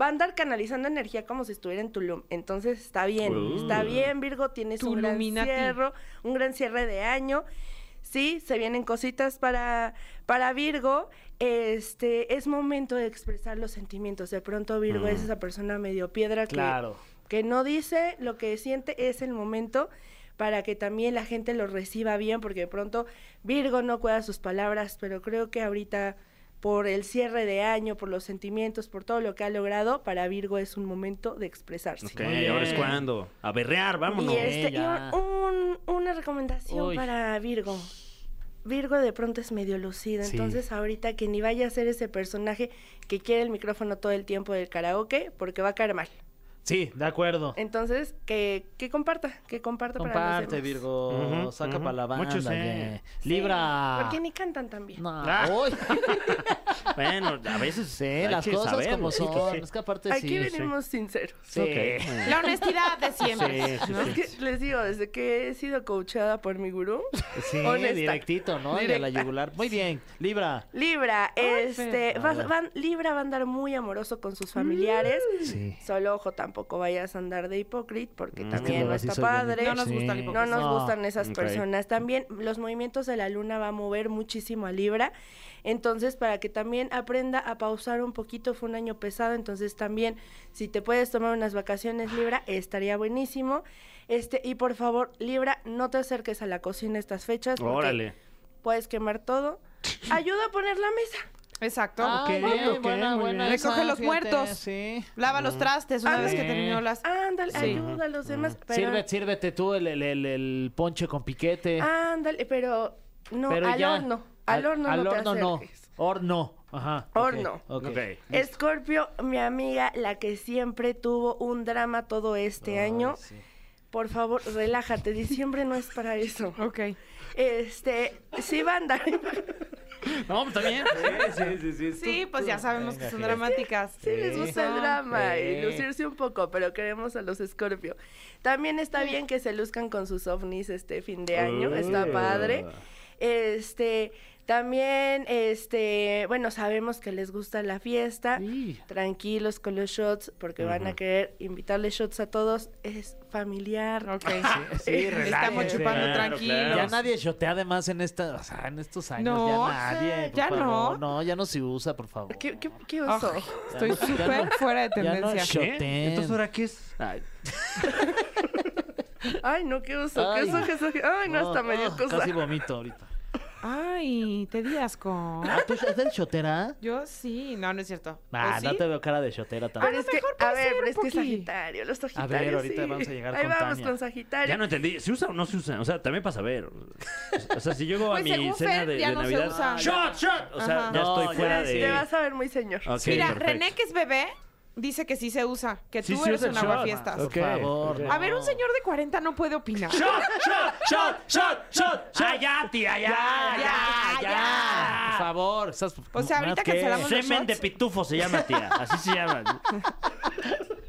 S4: Va a andar canalizando energía como si estuviera en Tulum, entonces está bien,
S2: Uh.
S4: está bien Virgo, tienes un gran
S1: Tuluminati.
S4: cierre, un gran cierre de año. Sí, se vienen cositas para, para Virgo. Este es momento de expresar los sentimientos. De pronto Virgo es esa persona medio piedra que
S3: Mm. Claro.
S4: que no dice lo que siente es el momento para que también la gente lo reciba bien, porque de pronto Virgo no cuida sus palabras, pero creo que ahorita por el cierre de año, por los sentimientos, por todo lo que ha logrado, para Virgo es un momento de expresarse.
S2: Ok,
S3: Muy
S2: ahora es
S3: bien.
S2: cuando. A berrear, vámonos.
S4: Y este, y
S3: ya.
S4: un- un- una recomendación
S3: Uy.
S4: para Virgo. Virgo de pronto es medio lucida,
S3: Sí.
S4: entonces ahorita que ni vaya a ser ese personaje que quiere el micrófono todo el tiempo del karaoke, porque va a caer mal.
S3: Sí, de acuerdo.
S4: Entonces, que, que comparta, que comparta para los
S3: Comparte,
S4: demás.
S3: Virgo.
S2: Ujú,
S3: Saca
S2: ujú.
S3: para la banda.
S2: Mucho sé.
S3: oye.
S4: Sí,
S3: Libra.
S4: Porque ni cantan tan bien.
S3: No.
S2: Ah. [laughs]
S3: Uy.
S2: Bueno, a veces
S3: Sí,
S2: hay
S3: las
S2: que
S3: cosas
S2: saber,
S3: como
S2: ¿no? Sí,
S3: son.
S2: sí.
S3: Es que aparte
S4: Aquí
S3: este sí.
S4: venimos sinceros.
S3: Sí.
S2: Ok.
S1: La honestidad de siempre.
S2: Sí, sí,
S4: No,
S2: sí.
S4: es que les digo, desde que he sido coachada por mi gurú.
S3: Sí,
S4: honesta.
S3: directito, ¿no? Y a la
S4: Directa.
S3: yugular. Muy bien. Libra.
S4: Libra, este,
S3: A
S4: va-
S3: ver.
S4: van- Libra va a andar muy amoroso con sus familiares.
S3: Sí.
S4: Solo ojo, tampoco vayas a andar de hipócrita porque
S2: Mm. Es que
S4: también
S3: luego
S4: no
S3: sí
S4: está
S3: soy bien
S4: padre.
S1: No nos gusta la
S3: Sí.
S4: No
S1: hipocresía.
S4: nos gustan esas
S2: ok.
S4: personas. También los movimientos de la luna va a mover muchísimo a Libra. Entonces, para que también aprenda a pausar un poquito, fue un año pesado. Entonces, también, si te puedes tomar unas vacaciones, Libra, estaría buenísimo. Este, y por favor, Libra, no te acerques a la cocina estas fechas. porque
S2: Órale.
S4: Puedes quemar
S2: [laughs]
S4: todo. Ayuda a poner la mesa.
S1: Exacto.
S3: Ah,
S2: Ok,
S3: bien,
S2: ok,
S3: buena,
S2: muy
S3: buena
S2: bien.
S3: esa,
S1: Recoge los
S3: fíjate,
S1: muertos.
S3: Sí.
S1: Lava los trastes una
S4: Ah,
S1: vez que
S3: sí.
S1: terminó las.
S4: Ándale,
S1: Sí.
S4: ayuda a los demás. Pero,
S3: Sírvete, sírvete tú el, el, el- el ponche con piquete.
S4: ándale, pero Ah, no,
S3: pero
S4: al
S3: ya.
S4: horno. Al horno
S3: al
S4: no te
S3: horno no.
S4: acerques.
S3: Horno. Ajá. ok,
S4: Horno.
S3: ok.
S2: Ok.
S4: Escorpio, mi amiga, la que siempre tuvo un drama todo este año.
S3: sí.
S4: Por favor, relájate, diciembre no es para eso.
S1: Ok.
S4: Este, sí va a andar. [laughs]
S2: No, pues también.
S3: Sí, sí, sí.
S1: Sí, pues ya sabemos que son
S3: Venga,
S1: dramáticas. Ah.
S4: Sí les gusta el
S3: Ah,
S1: Son.
S4: drama
S3: Sí.
S4: y lucirse un poco, pero queremos a los Escorpio. También está bien que se luzcan con sus ovnis este fin de año, está
S2: Ah.
S4: padre. Este, también, este, bueno, sabemos que les gusta la fiesta.
S3: Sí.
S4: tranquilos con los shots porque van a querer invitarle shots a todos. Es familiar.
S1: Ok.
S3: sí,
S4: [laughs]
S1: Estamos
S3: relájense.
S1: chupando
S2: Claro,
S1: tranquilos.
S2: claro.
S3: Ya nadie shotea además en esta, o sea, en estos años.
S1: No,
S3: ya nadie. por
S1: ya no.
S3: favor. No, ya no se usa, por favor.
S4: ¿Qué, qué, qué oso?
S1: Ay, Estoy súper fuera de
S3: ya no
S1: tendencia.
S3: show.
S2: ¿Qué?
S3: Choten.
S2: Entonces, ¿ahora qué es? Ay,
S4: Ay, no, qué oso,
S3: Ay.
S4: qué oso, qué oso. Ay, no, hasta me dio
S3: oh,
S4: cosa.
S3: Casi vomito ahorita.
S1: Ay, te di asco.
S3: Ah, ¿Tú eres shotera?
S1: Yo sí. No, no es cierto.
S3: Ah,
S1: ¿O
S3: no
S1: sí?
S3: te veo cara de shotera
S4: Pero
S3: tampoco.
S4: es que,
S1: mejor puede
S4: a ver,
S1: ser
S4: pero
S1: un
S4: es que
S1: poquito.
S4: Sagitario, los Sagitarios.
S3: ahorita
S4: sí.
S3: vamos a llegar
S4: Ahí
S3: con
S4: vamos
S3: Tania.
S4: con Sagitario.
S2: Ya no entendí. ¿Se usa o no se usa? O sea, también para saber. O sea, si llego a
S1: Pues,
S2: mi
S1: según
S2: cena
S1: Fer,
S2: de,
S1: ya
S2: de
S1: no se
S2: Navidad.
S1: usa.
S2: ¡Shot, shot! O sea,
S1: Ajá.
S2: ya
S3: No,
S2: estoy
S3: ya
S2: fuera
S4: Te-
S2: de.
S4: Te vas a ver muy señor.
S2: Ok,
S1: Mira,
S2: perfecto.
S1: René, que es bebé, dice que sí se usa, que
S5: Sí
S1: tú
S5: se
S1: eres
S5: usa el
S1: un
S5: shot.
S1: aguafiestas.
S5: Ok,
S3: favor.
S5: ok.
S1: A ver, un señor de 40 no puede opinar.
S3: ¡Shot, shot, shot, shot!
S2: ¡Allá, tía,
S3: ¡Ya, ya, ya! Por favor, estás...
S1: O sea, ahorita
S3: ¿Qué?
S1: cancelamos los
S2: Semen de
S1: shots.
S2: pitufo se llama, tía. Así se llama.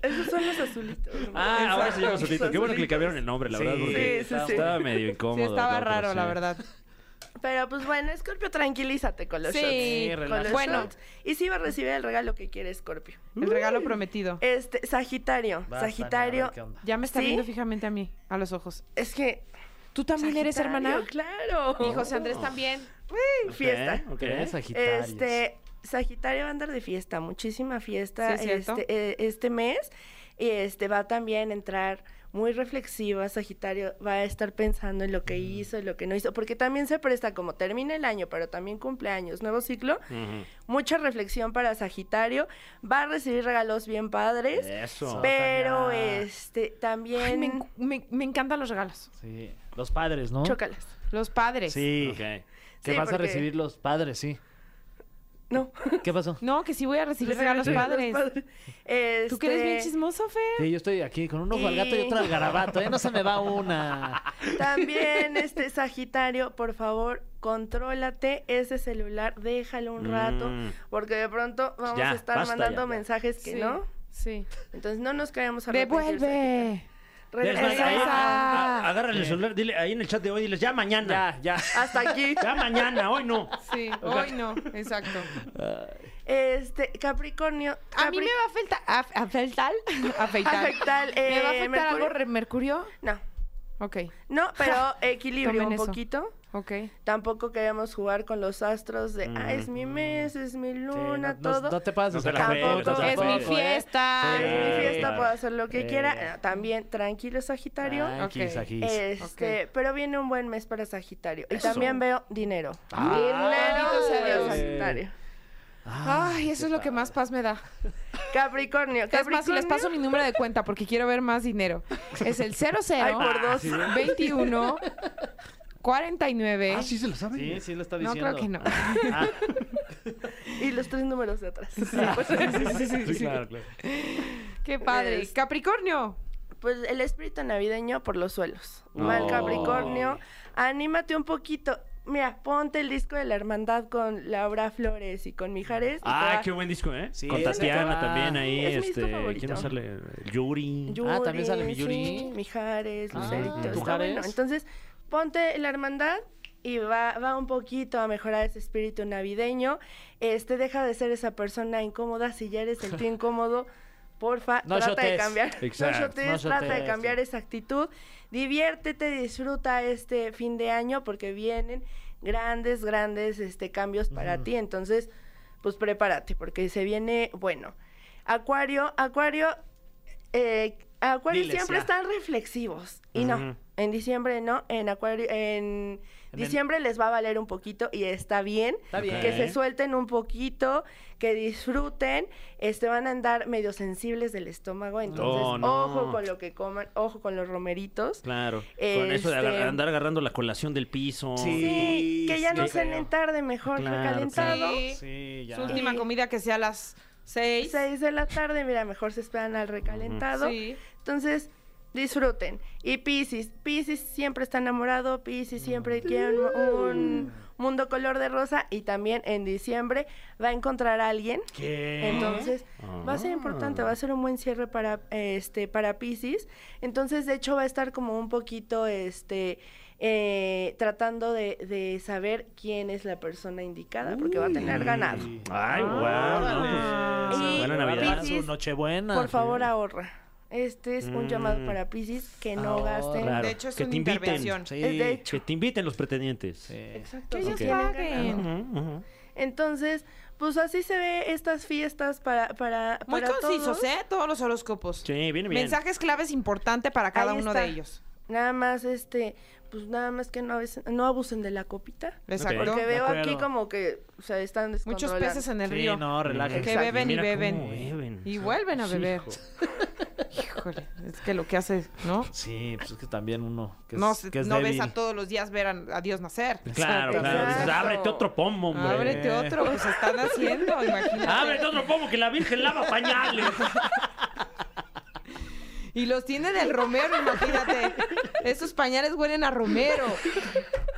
S4: Esos son los azulitos.
S2: [laughs] Ah, ahora se llama
S4: Exacto,
S2: Sotito. Qué bueno que le
S4: azulitos.
S2: cambiaron el nombre, la
S3: Sí,
S2: verdad. Porque
S4: sí, sí.
S2: Estaba medio
S1: Sí,
S2: incómodo.
S1: estaba
S2: ¿no? Pero
S1: raro, la
S2: sí.
S1: verdad.
S4: Pero pues bueno, Scorpio, tranquilízate con los
S1: Sí,
S4: shots.
S1: Sí,
S4: con
S1: relájate.
S4: los
S1: Bueno.
S4: shots. Y sí va a recibir el regalo que quiere Scorpio.
S2: Mm.
S1: El regalo prometido.
S4: Este, Sagitario.
S3: Vas, Tania, a
S4: Sagitario.
S3: ver qué onda.
S1: Ya me está
S4: ¿Sí?
S1: viendo fijamente a mí, a los ojos.
S4: Es que.
S1: ¿Tú también eres
S4: Sagitario, Oh.
S1: hermana?
S4: Claro.
S1: Y José Andrés también.
S4: Uy, Fiesta.
S2: Ok, ok.
S3: ¿Qué? Sagitarios.
S4: Este, Sagitario va a andar de fiesta, muchísima fiesta
S1: Sí, es cierto.
S4: este, eh, este mes. Y este va también a entrar muy reflexiva. Sagitario va a estar pensando en lo que hizo, en lo que no hizo, porque también se presta como termina el año, pero también cumpleaños, nuevo ciclo.
S2: Mm.
S4: Mucha reflexión para Sagitario. Va a recibir regalos bien padres.
S2: Eso.
S4: Pero
S3: Tania.
S4: este también.
S1: Ay, me, enc- me- me encantan los regalos.
S3: Sí, los padres, ¿no?
S4: Chócalas.
S1: Los padres.
S3: Sí,
S2: Ok.
S3: que
S4: Sí,
S3: vas a
S4: porque-
S3: recibir los padres, sí.
S4: No.
S3: ¿Qué
S1: [laughs]
S3: pasó?
S1: No, que sí voy a recibir
S4: Recibir
S1: regalos padres.
S4: Este,
S1: Tú que eres bien chismoso, Fer.
S3: Sí, yo estoy aquí con un ojo al
S4: Y-
S3: gato y otro al garabato. Ya no se me va una.
S1: [laughs]
S4: También, este Sagitario, por favor, contrólate ese celular, déjalo un rato,
S2: Mm.
S4: porque de pronto vamos
S2: Ya,
S4: a estar
S2: basta
S4: mandando
S2: ya, ya.
S4: mensajes que
S1: Sí,
S4: no.
S1: Sí.
S4: Entonces no nos caemos a
S1: Devuelve.
S2: Desmaya-
S1: Regresa.
S4: Regresa.
S2: a- a- Agárrale el celular, dile ahí en el chat de hoy, diles ya mañana.
S3: ya.
S4: Hasta aquí.
S2: [laughs] Ya mañana, hoy no.
S1: Sí, hoy no, exacto.
S4: Este, Capricornio.
S1: A mí me va a afectar. A, [laughs] afectar. afectar.
S4: Afectar,
S1: ¿Me va a
S4: eh,
S1: afectar
S4: Mercurio.
S1: algo re- Mercurio?
S4: va No.
S1: Ok,
S4: No, pero
S1: [laughs]
S4: equilibrio
S1: Tomen
S4: un
S1: eso.
S4: poquito.
S1: ok.
S4: Tampoco queremos jugar con los astros de, ah, es mi mes, es mi
S3: Sí,
S4: luna,
S3: no- no,
S4: todo.
S3: no te pases.
S2: No te la
S3: Tampoco,
S2: juegues, no te la
S1: es mi
S2: tampoco,
S3: tampoco, ¿eh?
S1: fiesta.
S4: Ah, es mi
S2: Sí,
S4: fiesta,
S2: claro.
S4: puedo hacer lo que
S3: Sí.
S2: eh.
S4: quiera. Ah, También, tranquilo, Sagitario.
S3: Tranqui,
S1: Ok.
S3: Sagis.
S4: Este,
S1: Ok.
S4: pero viene un buen mes para Sagitario. Y
S2: Eso.
S4: también veo dinero.
S3: Ah,
S4: Dinero
S1: bendito sea
S4: veo
S1: Dios.
S4: Sagitario.
S1: Ay, eso es lo que más paz me da.
S4: Capricornio,
S1: Es
S4: Capricornio.
S1: más, si les paso mi número de cuenta porque quiero ver más dinero. Es el 00
S4: Ay, por
S2: Ah,
S4: dos.
S1: 21 49.
S5: Ah, sí se lo saben.
S3: Sí, sí lo está
S1: no,
S3: diciendo.
S1: creo que no.
S4: Y los tres números de atrás. Pues,
S3: [laughs] claro, claro.
S1: Qué padre.
S4: Es-
S1: Capricornio.
S4: Pues el espíritu navideño por los suelos. Mal Capricornio. Anímate un poquito. Mira, ponte el disco de la hermandad con Laura Flores y con Mijares. y te
S2: Ah,
S4: va-
S2: qué buen disco, ¿eh?
S3: Sí,
S2: Con
S3: es
S2: Tatiana
S3: verdad.
S2: también ahí.
S4: Es mi disco
S2: este,
S4: favorito.
S2: ¿Quién no sale? El Yuri.
S3: Ah, también sale mi
S4: sí,
S3: Yuri.
S4: Mijares,
S3: Ah,
S4: Lucerito. está
S3: Mijares.
S4: bueno. Entonces, ponte la hermandad y va, va un poquito a mejorar ese espíritu navideño. Este, deja de ser esa persona incómoda. Si ya eres el
S3: [laughs]
S4: tío incómodo, porfa,
S3: No
S4: trata de
S3: shotes.
S4: cambiar. no
S2: Exacto, no
S4: shotes, trata de
S3: shotes.
S4: cambiar esa actitud. Diviértete, disfruta este fin de año porque vienen grandes, grandes este, cambios para ti. Entonces, pues prepárate porque se viene bueno. Acuario, Acuario, eh, Acuario
S3: Diles
S4: siempre
S3: ya.
S4: están reflexivos. Y no,
S2: Ujú.
S4: en diciembre no, en Acuario, en diciembre les va a valer un poquito y está bien.
S3: Está bien.
S4: Que se suelten un poquito, que disfruten, este van a andar medio sensibles del estómago, entonces
S2: Oh, no.
S4: ojo con lo que coman, ojo con los romeritos.
S2: Claro. Con eso de
S4: Este-
S2: agar- andar agarrando la colación del piso.
S4: Sí, que ya
S3: sí,
S4: no
S3: creo.
S4: cenen tarde, mejor
S2: Claro,
S4: recalentado.
S1: Sí.
S3: Sí, ya.
S1: Su última
S4: Y-
S1: comida que sea a las 6.
S4: 6 de la tarde, mira, mejor se esperan al recalentado.
S1: Sí.
S4: Entonces, disfruten. Y Pisces, Pisces siempre está enamorado, Pisces
S3: Mm.
S4: siempre quiere un, un mundo color de rosa y también en diciembre va a encontrar a alguien.
S3: ¿Qué?
S4: Entonces, va
S3: Ah.
S4: a ser importante, va a ser un buen cierre para este para Pisces. Entonces, de hecho, va a estar como un poquito este eh, tratando de, de saber quién es la persona indicada, porque va a
S3: Mm.
S4: tener ganado.
S2: Ay, Pues, wow.
S1: Ah,
S4: Y
S2: buena Navidad.
S4: Piscis,
S3: pues, Su nochebuena.
S4: Por
S3: sí.
S4: favor, ahorra. Este es un llamado
S2: Mm.
S4: para Pisces que no
S3: Ahorra.
S4: gasten.
S2: Claro,
S1: De hecho, es
S2: que
S1: una
S2: te inviten.
S1: intervención.
S3: Sí.
S4: Es de hecho.
S2: Que te inviten los pretendientes.
S3: Sí.
S4: Exacto.
S1: Que ellos
S4: sí tienen ganado.
S1: paguen.
S2: Ujú, ujú.
S4: Entonces, pues así se ve estas fiestas para para
S1: Muy
S4: para
S1: concisos,
S4: todos.
S1: ¿eh? Todos los horóscopos.
S2: Sí, viene bien.
S1: Mensajes claves importante para cada
S4: Ahí
S1: uno
S4: está.
S1: de ellos.
S4: Nada más este, pues nada más que no abusen, no abusen de la copita.
S1: Exacto.
S4: Porque
S3: De
S4: veo aquí
S3: acuerdo.
S4: como que se están
S1: Muchos
S4: descontrolando.
S1: peces en el
S3: Sí,
S1: río.
S3: no,
S2: Exacto.
S3: relájense.
S1: Que beben y
S2: Mira
S1: beben.
S2: cómo beben.
S1: Y vuelven a beber.
S2: Hijo.
S1: Híjole, es que lo que hace, ¿no?
S3: Sí, pues es que también uno que es,
S1: no se-
S3: que es
S1: no ves
S3: débil.
S1: a todos los días ver a, a Dios nacer.
S2: Claro,
S3: Exacto.
S2: claro. Dices,
S1: Exacto.
S2: ábrete otro pomo, hombre.
S1: Ábrete otro, pues están haciendo, imagínate.
S3: Ah,
S2: Ábrete otro pomo que la Virgen lava pañales.
S1: Y los tiene del romero, imagínate. Esos pañales huelen a romero.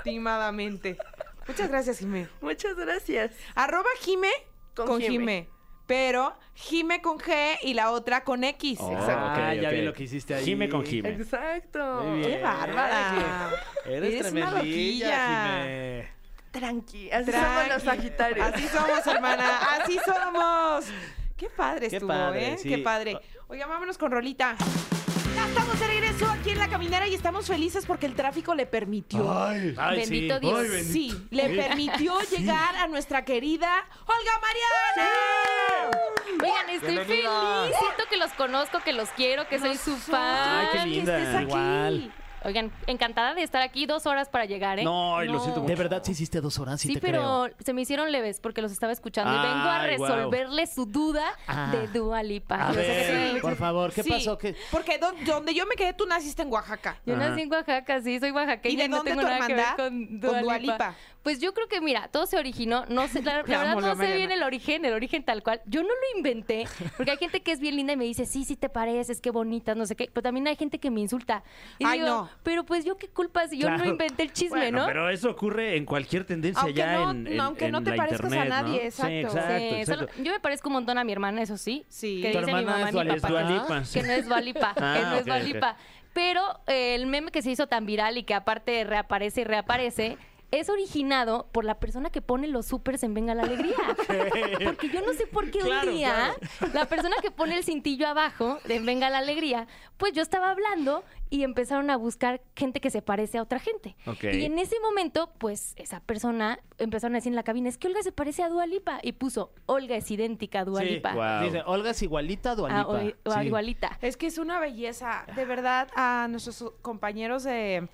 S1: Timadamente. Muchas gracias, Jimé.
S4: Muchas gracias.
S1: Arroba Jime
S4: Con
S1: con,
S4: Jime.
S1: Jime. Pero Jime con G y la otra con X.
S2: Oh,
S3: Exacto.
S2: ok,
S3: Ah, ya
S2: ok.
S3: vi lo que hiciste ahí.
S2: Gime con gime.
S4: Exacto.
S3: Muy
S1: ¡Qué
S3: bien.
S1: bárbara!
S3: Eres,
S1: Eres una
S3: tremendilla,
S1: loquilla.
S3: Jime.
S4: Tranqui. Así somos
S1: Tranqui.
S4: los sagitarios.
S1: Así somos, hermana. Así somos. Qué padre
S3: Qué
S1: estuvo,
S3: padre,
S1: ¿eh?
S3: sí.
S1: Qué padre. Oiga, vámonos con Rolita. Ya estamos de regreso aquí en La Caminera y estamos felices porque el tráfico le permitió.
S3: Ay, sí.
S5: Bendito Dios.
S1: Sí, le permitió llegar a nuestra querida Olga Mariana.
S5: Oigan, estoy feliz. Siento que los conozco, que los quiero, que soy su
S2: Ay,
S5: fan.
S2: qué linda.
S5: Que estés aquí.
S3: Igual.
S5: Oigan, encantada de estar aquí dos horas para llegar, ¿eh?
S2: No, ay, lo
S5: No.
S2: siento mucho.
S3: De verdad, sí hiciste dos horas, sí,
S5: Sí,
S3: te
S5: pero
S3: creo.
S5: se me hicieron leves porque los estaba escuchando y vengo a
S2: Ay, guau.
S5: resolverle su duda
S3: Ah.
S5: de Dua Lipa.
S3: A
S5: Yo sé que
S3: ver,
S5: soy-
S3: por favor, ¿qué
S1: Sí,
S3: pasó? ¿Qué?
S1: Porque don- donde yo me quedé, tú naciste en Oaxaca.
S5: Yo nací en Oaxaca, sí, soy oaxaqueña
S1: ¿Y de
S5: no
S1: dónde
S5: tengo
S1: tu
S5: nada que ver
S1: hermandad?
S5: con
S1: Con
S5: Dua,
S1: Dua
S5: Lipa.
S1: Lipa.
S5: Pues yo creo que, mira, todo se originó, no sé, la, la
S1: Te amo,
S5: verdad no
S1: Olga
S5: sé
S1: Mariana.
S5: bien el origen, el origen tal cual. Yo no lo inventé, porque hay gente que es bien linda y me dice, sí, sí te pareces, qué bonita, no sé qué, pero también hay gente que me insulta. Y
S1: Ay,
S5: digo,
S1: no.
S5: pero pues yo qué culpa si yo
S3: Claro.
S5: no inventé el chisme,
S2: Bueno,
S5: ¿no?
S2: pero eso ocurre en cualquier tendencia
S1: Aunque
S2: ya
S1: no-
S2: en, en-
S1: aunque
S2: en
S1: no te
S2: la
S1: parezcas a
S2: internet, ¿no?
S1: nadie,
S2: Sí,
S1: exacto.
S2: exacto,
S5: Sí,
S2: exacto.
S5: solo- yo me parezco un montón a mi hermana, eso sí.
S1: Sí.
S5: Que
S3: ¿Tu
S5: dice mi
S3: hermana
S5: mamá
S3: es
S5: y mi
S3: Dua- es
S5: papá.
S2: Dua Lipa?
S5: Que no
S2: [laughs]
S5: es Dualipa,
S2: Ah,
S5: que no es
S2: ok, ok.
S5: Dualipa. Pero eh, el meme que se hizo tan viral y que aparte reaparece y reaparece. Es originado por la persona que pone los supers en Venga
S2: [laughs]
S5: la Alegría. Porque yo no sé por qué
S2: Claro,
S5: un día la persona que pone el cintillo abajo de en Venga la Alegría, pues yo estaba hablando y empezaron a buscar gente que se parece a otra gente.
S2: Ok.
S5: Y en ese momento, pues esa persona empezaron a decir en la cabina, es que Olga se parece a Dualipa. Y puso, Olga es idéntica a Dualipa. Ah,
S2: guau.
S3: Dice, Olga es igualita a Dua Lipa. Sí.
S5: igualita.
S1: Es que es una belleza. De verdad, a nuestros compañeros de,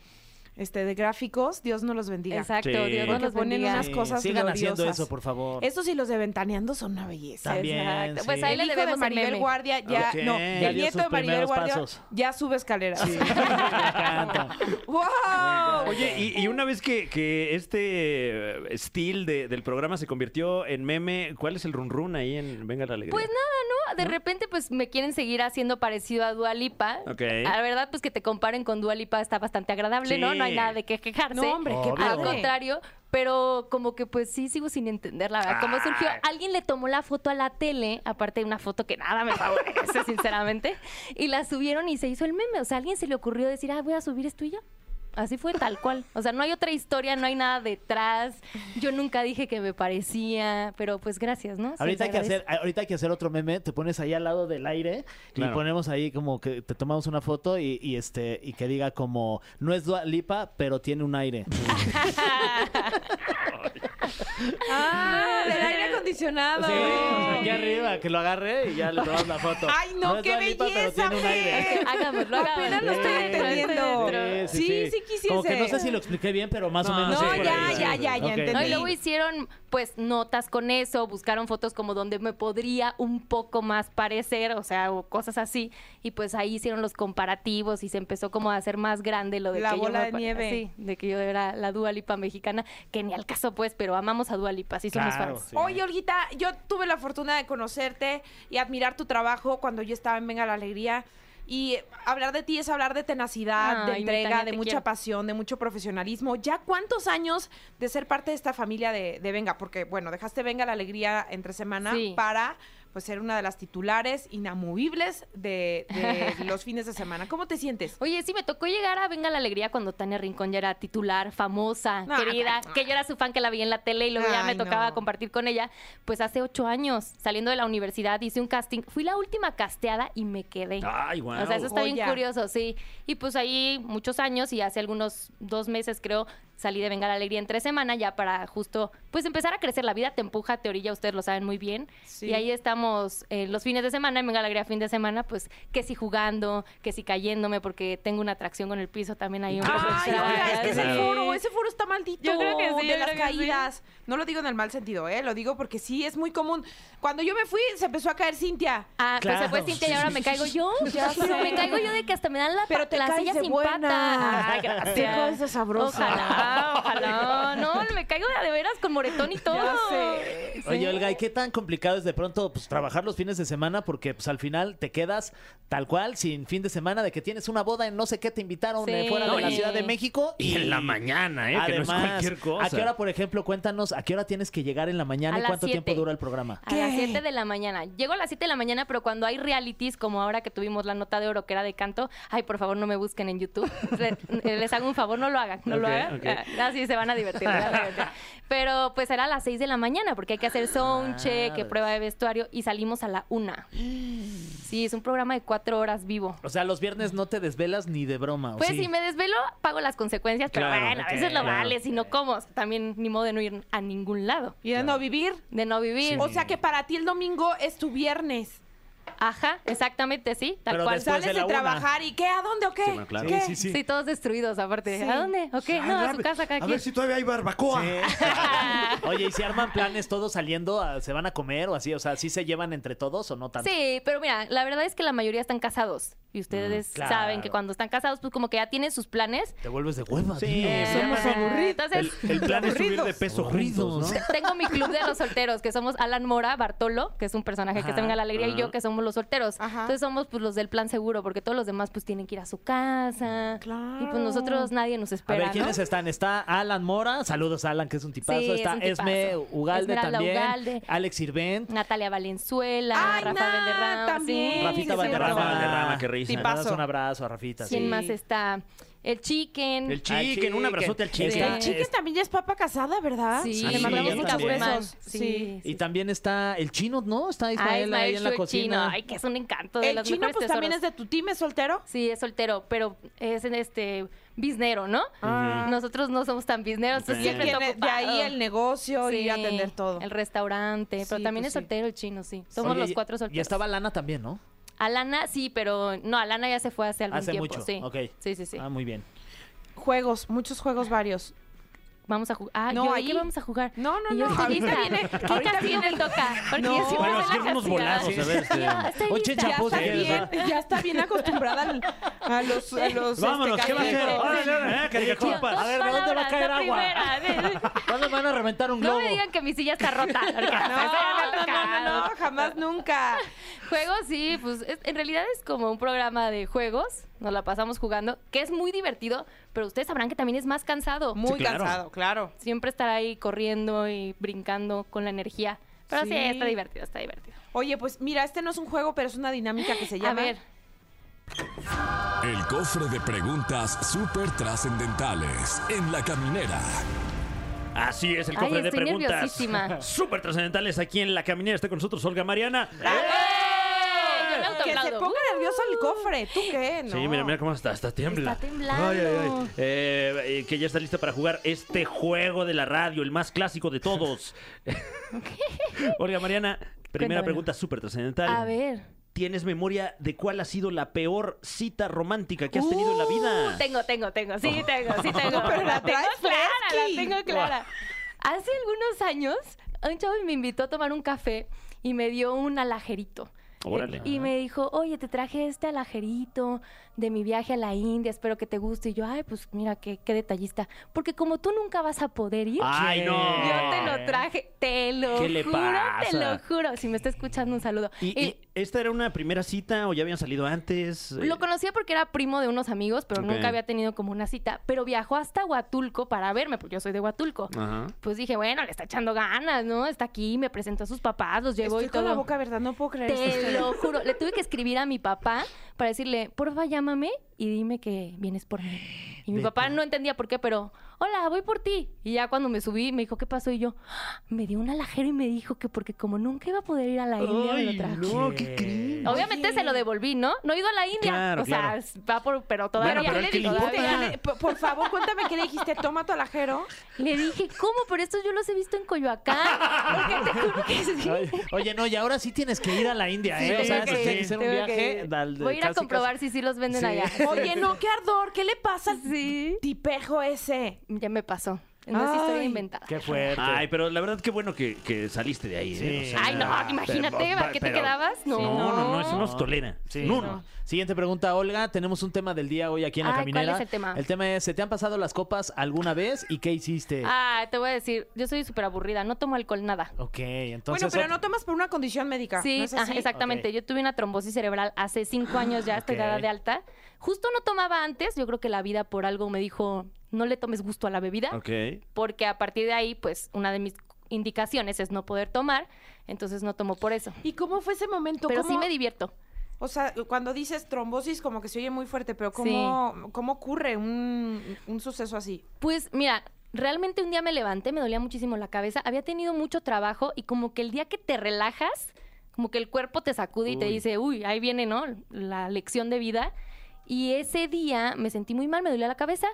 S1: este, de gráficos, Dios nos los bendiga.
S5: Exacto,
S2: Sí.
S5: Dios nos
S1: Porque
S5: los
S1: ponen
S5: bendiga.
S1: unas cosas
S3: Sigan haciendo
S1: gloriosas.
S3: eso, por favor. [laughs]
S1: Estos y los de Ventaneando son una belleza.
S3: También.
S5: Exacto. Pues
S3: sí.
S5: ahí
S1: El
S5: le
S1: hijo de
S5: debemos el
S1: Maribel
S5: meme.
S1: Guardia ya,
S3: Ok,
S1: no,
S3: ya
S1: el
S3: dio
S1: nieto
S3: sus
S1: de Maribel
S3: primeros
S1: Guardia
S3: pasos.
S1: ya sube escaleras.
S3: Me encanta.
S1: [laughs] ¡Wow!
S2: Oye, y, y una vez que, que este eh, Steel de- del programa se convirtió en meme, ¿cuál es el run run ahí en Venga la Alegría?
S5: Pues nada, ¿no? De repente, pues me quieren seguir haciendo parecido a Dualipa.
S2: Ok.
S5: La verdad, pues que te comparen con Dualipa está bastante agradable,
S2: Sí.
S5: ¿no? No hay nada de qué quejarse.
S1: No, hombre, qué
S3: Obvio.
S5: Al
S1: padre.
S5: contrario, pero como que pues sí sigo sin entender la verdad cómo surgió.
S2: Ay.
S5: Alguien le tomó la foto a la tele, aparte de una foto que nada me favorece, [laughs] sinceramente, y la subieron y se hizo el meme. O sea, a alguien se le ocurrió decir, ah, voy a subir esto y ya. Así fue tal cual. O sea, no hay otra historia, no hay nada detrás. Yo nunca dije que me parecía, pero pues gracias, ¿no? Se
S3: [laughs] Ahorita hay,
S5: les
S3: que
S5: agradece.
S3: hacer, ahorita hay que hacer otro meme, te pones ahí al lado del aire y
S2: Claro.
S3: ponemos ahí como que te tomamos una foto y, y este y que diga como no es Dua Lipa, pero tiene un aire.
S1: Ah, del aire acondicionado.
S3: Sí, aquí arriba, que lo agarre y ya le tomamos la foto.
S1: Ay, no,
S3: es
S1: qué
S3: Dua Lipa, pero
S1: belleza,
S3: tiene un aire.
S1: Fer.
S5: Hagámoslo,
S1: Apenas
S5: hagámoslo.
S1: lo estoy
S3: Sí,
S1: entendiendo. Eh,
S3: Sí, sí,
S1: Sí,
S3: sí.
S1: sí quisiese.
S3: Como que no sé si lo expliqué bien, pero más o
S2: No,
S3: menos.
S1: no,
S3: es por
S1: ya,
S3: ahí.
S1: ya, ya, ya
S3: Ok.
S1: entendí.
S5: No, y luego
S1: Ey.
S5: hicieron pues notas con eso, buscaron fotos como donde me podría un poco más parecer, o sea, o cosas así, y pues ahí hicieron los comparativos y se empezó como a hacer más grande lo de
S1: La
S5: que yo
S1: bola
S5: me
S1: de
S5: pa-
S1: nieve.
S5: sí, de que yo era la Dualipa mexicana, que ni al caso pues, pero amamos a Dualipa, sí somos
S3: Claro,
S5: fans.
S3: sí.
S1: Oye, Olguita, yo tuve la fortuna de conocerte y admirar tu trabajo cuando yo estaba en Venga la Alegría. Y hablar de ti es hablar de tenacidad, de
S5: Ay, mi
S1: entrega,
S5: Tania,
S1: de
S5: te
S1: mucha
S5: quiero.
S1: pasión, de mucho profesionalismo. ¿Ya cuántos años de ser parte de esta familia de, de Venga? Porque, bueno, dejaste Venga la Alegría entre semana
S5: Sí.
S1: para pues ser una de las titulares inamovibles de, de
S5: [laughs]
S1: los fines de semana. ¿Cómo te sientes?
S5: Oye, sí, me tocó llegar a Venga la Alegría cuando Tania Rincón ya era titular, famosa,
S1: No,
S5: querida,
S1: no, no.
S5: que yo era su fan, que la vi en la tele y luego ya me
S1: Ay,
S5: tocaba
S1: no.
S5: compartir con ella. Pues hace ocho años, saliendo de la universidad, hice un casting. Fui la última casteada y me quedé.
S6: Ah,
S2: Ay, guau.
S5: O sea, eso está bien
S1: Joya.
S5: curioso, sí. Y pues ahí muchos años y hace algunos dos meses creo salí de Venga la Alegría en tres semanas ya para justo, pues empezar a crecer. La vida te empuja, te orilla, ustedes lo saben muy bien.
S1: Sí.
S5: Y ahí estamos eh, los fines de semana, en Venga la Alegría fin de semana, pues que si jugando, que si cayéndome, porque tengo una atracción con el piso también ahí. un poco
S1: Ay,
S5: extraña,
S1: oiga, Ah, es que ese
S5: sí.
S1: foro, ese foro está maldito.
S5: Yo creo que sí,
S1: de
S5: yo
S1: las
S5: creo que sí.
S1: caídas. No lo digo en el mal sentido, ¿eh? Lo digo porque sí, es muy común. Cuando yo me fui, se empezó a caer Cintia.
S5: Ah,
S3: Claro.
S5: pues se fue Cintia y ahora me
S4: [laughs]
S5: caigo yo. Pero me caigo yo de que hasta me dan la,
S4: Pero te
S5: la
S4: caes
S5: silla
S4: de
S5: sin
S4: buena.
S5: pata. Ah, gracias.
S1: Qué cosa sabrosa.
S5: Ojalá, ojalá. No, me caigo de, a de veras con
S4: [laughs]
S5: moretón y todo.
S1: Ya sé.
S3: Oye, Olga, ¿y qué tan complicado es de pronto pues, trabajar los fines de semana? Porque pues al final te quedas tal cual, sin fin de semana, de que tienes una boda en no sé qué, te invitaron eh,
S5: Sí.
S3: fuera de
S5: No,
S3: la
S5: y-
S3: Ciudad de México.
S2: Y en la mañana, ¿eh? que no es cualquier cosa.
S3: ¿a qué hora, por ejemplo, cuéntanos, a qué hora tienes que llegar en la mañana
S5: A
S3: y
S5: las
S3: cuánto tiempo
S5: siete.
S3: dura el programa?
S5: A las 7 de la mañana. Llego a las 7 de la mañana, pero cuando hay realities, como ahora que tuvimos la nota de oro que era de canto, ay, por favor, no me busquen en YouTube. [laughs] Le- eh, Les hago un favor, no lo hagan, no lo
S3: Ok,
S5: hagan.
S3: ok.
S5: Ah, Así se van a divertir. se van
S3: [laughs]
S5: a divertir. Pero pues era a las 6 de la mañana, porque hay que hacer soundcheck, que
S3: Madres.
S5: prueba de vestuario, y salimos a la 1.
S3: [gasps]
S5: Sí, es un programa de 4 horas vivo.
S3: O sea, los viernes no te desvelas ni de broma. ¿o
S5: Pues
S3: sí?
S5: si me desvelo, pago las consecuencias, pero
S2: Claro,
S5: bueno,
S2: ok,
S5: a veces lo
S2: claro.
S5: vale, si no como, también ni modo de no ir a ningún lado,
S1: Y de no vivir.
S5: de no vivir.
S1: O sea que para ti el domingo es tu viernes.
S5: Ajá, exactamente, sí, tal
S3: Pero
S5: cual.
S3: Después
S1: Sales
S3: de
S1: de,
S3: la una.
S1: trabajar y ¿qué? ¿A dónde o qué?
S2: Sí, bueno, claro.
S1: ¿Qué?
S5: Sí, todos destruidos aparte.
S1: Sí.
S5: ¿A dónde? ¿O qué?
S7: Ay,
S5: No, a su
S7: rápido.
S5: casa cada
S7: A
S5: quien.
S7: ver si todavía hay barbacoa.
S3: Oye, ¿y si arman planes todos saliendo? a- ¿Se van a comer o así? O sea, ¿sí se llevan entre todos o no tanto?
S5: Sí, pero mira, la verdad es que la mayoría están casados. Y ustedes
S3: claro.
S5: saben que cuando están casados, pues como que ya tienen sus planes.
S3: Te vuelves de hueva.
S2: Sí,
S3: tío.
S2: Eh,
S5: somos aburridos. Entonces,
S2: El plan es subir de
S1: Aburridos.
S2: peso
S3: Aburridos,
S2: juntos, ¿no?
S5: tengo mi club de los solteros, que somos Alan Mora, Bartolo, que es un personaje que
S3: Ajá,
S5: está en la alegría, y
S2: ajá.
S5: yo, que somos los solteros.
S1: Ajá.
S5: Entonces somos pues los del plan seguro, porque todos los demás pues tienen que ir a su casa.
S1: Claro.
S5: Y pues nosotros nadie nos
S3: A
S5: espera.
S3: ver, ¿quiénes
S5: ¿no?
S3: están? Está Alan Mora, saludos Alan, que es un tipazo.
S5: Sí, es
S3: está
S5: un tipazo.
S3: Esme Ugalde
S5: Esmeralda
S3: también.
S5: Ugalde.
S3: Alex Sirvent.
S5: Natalia Valenzuela,
S1: Ay,
S5: Rafa
S1: Nat,
S5: Valderrama,
S1: también.
S5: sí.
S3: Rafita
S1: sí,
S3: Valderrama.
S1: cierto.
S2: Valderrama, qué risa.
S3: Le
S1: Tipazo.
S3: mandas Un abrazo a Rafita.
S5: ¿Quién
S3: sí.
S5: más está? El
S2: El
S5: Chicken.
S3: Al
S2: chicken, un abrazote al
S3: chicken.
S2: chicken.
S1: El
S5: Sí.
S1: chicken también ya es papa casada, ¿verdad?
S5: Sí,
S2: Ah,
S1: Le
S2: sí,
S1: mandamos
S2: ya
S1: muchos
S2: también.
S1: besos. Sí.
S5: Sí.
S3: Y también está el chino, ¿no? Está Ismael,
S5: Ah, Ismael
S3: ahí en la
S5: Shu, el
S3: cocina.
S5: chino. Ay, que es un encanto. De
S1: El
S5: los
S1: chino,
S5: mejores
S1: pues también es de
S5: tesoros.
S1: tu team, es soltero.
S5: Sí, es soltero, pero es en este biznero, ¿no? Nosotros no somos tan bizneros, entonces
S2: Sí.
S5: siempre está
S1: Tiene Ah. de ahí
S5: ocupado.
S1: el negocio y
S5: Sí,
S1: atender todo.
S5: El restaurante, pero
S1: Sí,
S5: también
S1: pues
S5: es
S1: sí.
S5: soltero el chino, sí. Somos
S3: Oye,
S5: los
S3: y-
S5: cuatro solteros.
S3: Y estaba Lana también, ¿no?
S5: Alana, sí, pero no, Alana ya se fue hace algún
S3: Hace
S5: tiempo,
S3: mucho.
S5: sí.
S3: Ok.
S5: Sí, sí, sí.
S3: Ah, muy bien.
S1: Juegos, muchos juegos varios.
S5: Vamos a jugar. Ah,
S1: No,
S5: yo, ¿de
S1: ahí-
S5: ¿qué vamos a jugar?
S1: No, no,
S5: Y yo
S1: no,
S5: estoy
S1: ahorita
S5: lista.
S1: viene-
S5: ¿Qué
S1: ahorita
S5: castigo me toca? Porque
S1: No.
S5: yo siempre
S1: Bueno,
S5: me
S2: es que
S5: la
S2: unos
S5: castigada.
S2: bolazos, a ver, este-
S5: Yo estoy
S3: Un
S5: lista.
S3: chinchampú,
S1: ya,
S3: si quieres,
S1: está
S3: ¿verdad?
S1: bien, [laughs] ya está bien acostumbrada al- a los, a los este,
S2: Vámonos, ¿qué va a hacer?
S1: callejeros.
S2: Órale, órale, eh, que
S3: Oye,
S2: te
S5: Tío,
S3: compa,
S2: copas.
S5: dos
S3: a ver, ¿de dónde va a
S5: palabras,
S3: caer
S5: la
S3: agua?
S5: primera.
S3: ¿Cuándo van a reventar un globo?
S5: No me digan que mi silla está rota.
S1: No,
S5: porque esa ya me ha
S1: no, no, no, no,
S5: tocado.
S1: jamás nunca.
S5: Juegos, sí, pues es- en realidad es como un programa de juegos, nos la pasamos jugando, que es muy divertido, pero ustedes sabrán que también es más cansado.
S1: Muy
S2: claro.
S1: cansado, claro.
S5: Siempre estar ahí corriendo y brincando con la energía. Pero sí,
S1: Sí.
S5: está divertido, está divertido.
S1: Oye, pues mira, este no es un juego, pero es una dinámica que se
S5: A
S1: llama.
S5: ver,
S6: El cofre de preguntas súper trascendentales en la caminera.
S2: Así es, el
S5: Ay,
S2: cofre de
S5: estoy
S2: preguntas.
S5: nerviosísima.
S2: Súper trascendentales aquí en La Caminera. Está con nosotros Olga Mariana.
S5: yo le
S1: que se
S5: autoaplaudo.
S1: ponga nervioso el cofre. ¿Tú qué? No.
S2: Sí, mira, mira cómo está, está tiembla.
S5: Está temblando.
S2: Ay, ay, ay. Eh, eh, que ya está lista para jugar este juego de la radio, el más clásico de todos.
S5: [laughs]
S2: Olga Mariana, primera
S5: Cuéntamelo.
S2: pregunta súper trascendental.
S5: A ver.
S2: ¿Tienes memoria de cuál ha sido la peor cita romántica que has tenido en la vida? Oh.
S5: Uh, Tengo, tengo, tengo. Sí, tengo, sí,
S2: [laughs]
S5: tengo.
S1: pero la traes
S5: tengo clara,
S1: fresqui.
S5: la tengo clara. Hace algunos años, un chavo me invitó a tomar un café y me dio un alajerito.
S2: Órale.
S5: Y me dijo, oye, te traje este alajerito de mi viaje a la India, espero que te guste. Y yo, ay, pues mira, qué, qué detallista. Porque como tú nunca vas a poder ir,
S2: Ay, no.
S5: yo te lo traje, te lo
S2: Ah. ¿Qué le
S5: juro, te
S2: pasa?
S5: lo juro. Si me está escuchando, un saludo.
S2: ¿Y,
S5: Y-
S2: y esta era una primera cita o ya habían salido antes?
S5: lo conocía porque era primo de unos amigos, pero
S2: Ok.
S5: nunca había tenido como una cita. Pero viajó hasta Huatulco para verme, porque yo soy de Huatulco.
S2: Ajá.
S5: Pues dije, bueno, le está echando ganas, ¿no? Está aquí, me presentó a sus papás, los llevó
S1: Estoy
S5: y todo.
S1: con la boca, ¿verdad? No puedo creer esta
S5: Te
S1: historia. [laughs]
S5: lo juro. Le tuve que escribir a mi papá para decirle, porfa, llámame y dime que vienes por mí. Y mi papá no entendía por qué, pero hola, voy por ti. Y ya cuando me subí, me dijo, ¿qué pasó? Y yo, ¡ah! me dio un alajero y me dijo que porque como nunca iba a poder ir a la India, me lo trajo.
S2: Eh, No, ¿qué crees?
S5: Obviamente se lo devolví, ¿no? No he ido a la India.
S2: Claro,
S5: o sea,
S2: claro.
S5: s- va por, pero todavía.
S2: Bueno, pero ¿qué
S5: le,
S2: le
S5: dije,
S2: importa?
S5: todavía-
S1: P- Por favor, cuéntame qué le dijiste. Toma tu alajero.
S5: le dije, ¿cómo? Pero estos yo los he visto en Coyoacán. Porque te juro que sí.
S3: Oye, no, y ahora sí tienes que ir a la India, ¿eh?
S5: Sí,
S3: o sea,
S5: tengo
S3: sí,
S5: que
S3: tiene
S5: ir,
S3: que ser un
S1: tengo que
S3: viaje.
S1: ir.
S3: dal- de
S5: Voy a ir a
S3: casi,
S5: comprobar si sí los venden
S3: Sí.
S5: allá.
S1: Oye, no, qué ardor. ¿Qué le pasa al
S5: Sí.
S1: tipejo ese?
S5: Ya me pasó. No es historia
S1: Ay.
S5: inventada.
S3: casi. Qué fuerte.
S2: Ay, pero la verdad qué bueno que, que saliste de ahí. ¿eh?
S3: Sí.
S2: O sea,
S5: Ay, no, imagínate, ¿a qué te
S2: pero-
S5: quedabas?
S2: No, no, no, eso no se tolera.
S3: Sí,
S2: no,
S3: no.
S2: no.
S3: Siguiente pregunta, Olga. Tenemos un tema del día hoy aquí en la
S5: Ay, ¿cuál
S3: caminera.
S5: es el tema?
S3: El tema es: ¿se te han pasado las copas alguna vez y qué hiciste?
S5: Ah, te voy a decir, yo soy súper aburrida, no tomo alcohol nada.
S3: Ok,
S1: bueno,
S3: entonces.
S1: pero no tomas por una condición médica.
S5: Sí,
S1: ¿no es
S5: ajá,
S1: así?
S5: exactamente.
S3: Ok.
S5: Yo tuve una trombosis cerebral hace cinco años ya, estoy
S3: Ok.
S5: dada de alta. Justo no tomaba antes, yo creo que la vida por algo me dijo, no le tomes gusto a la bebida,
S2: Ok.
S5: porque a partir de ahí, pues, una de mis indicaciones es no poder tomar, entonces no tomo por eso.
S1: ¿Y cómo fue ese momento?
S5: Pero
S1: ¿Cómo-
S5: sí me divierto.
S1: O sea, cuando dices trombosis, como que se oye muy fuerte, pero ¿cómo, cómo ocurre un, un suceso así?
S5: Pues mira, realmente un día me levanté, me dolía muchísimo la cabeza, había tenido mucho trabajo y como que el día que te relajas, como que el cuerpo te sacude y te
S2: Uy.
S5: dice, uy, ahí viene, ¿no? La lección de vida. Y ese día me sentí muy mal, me dolía la cabeza,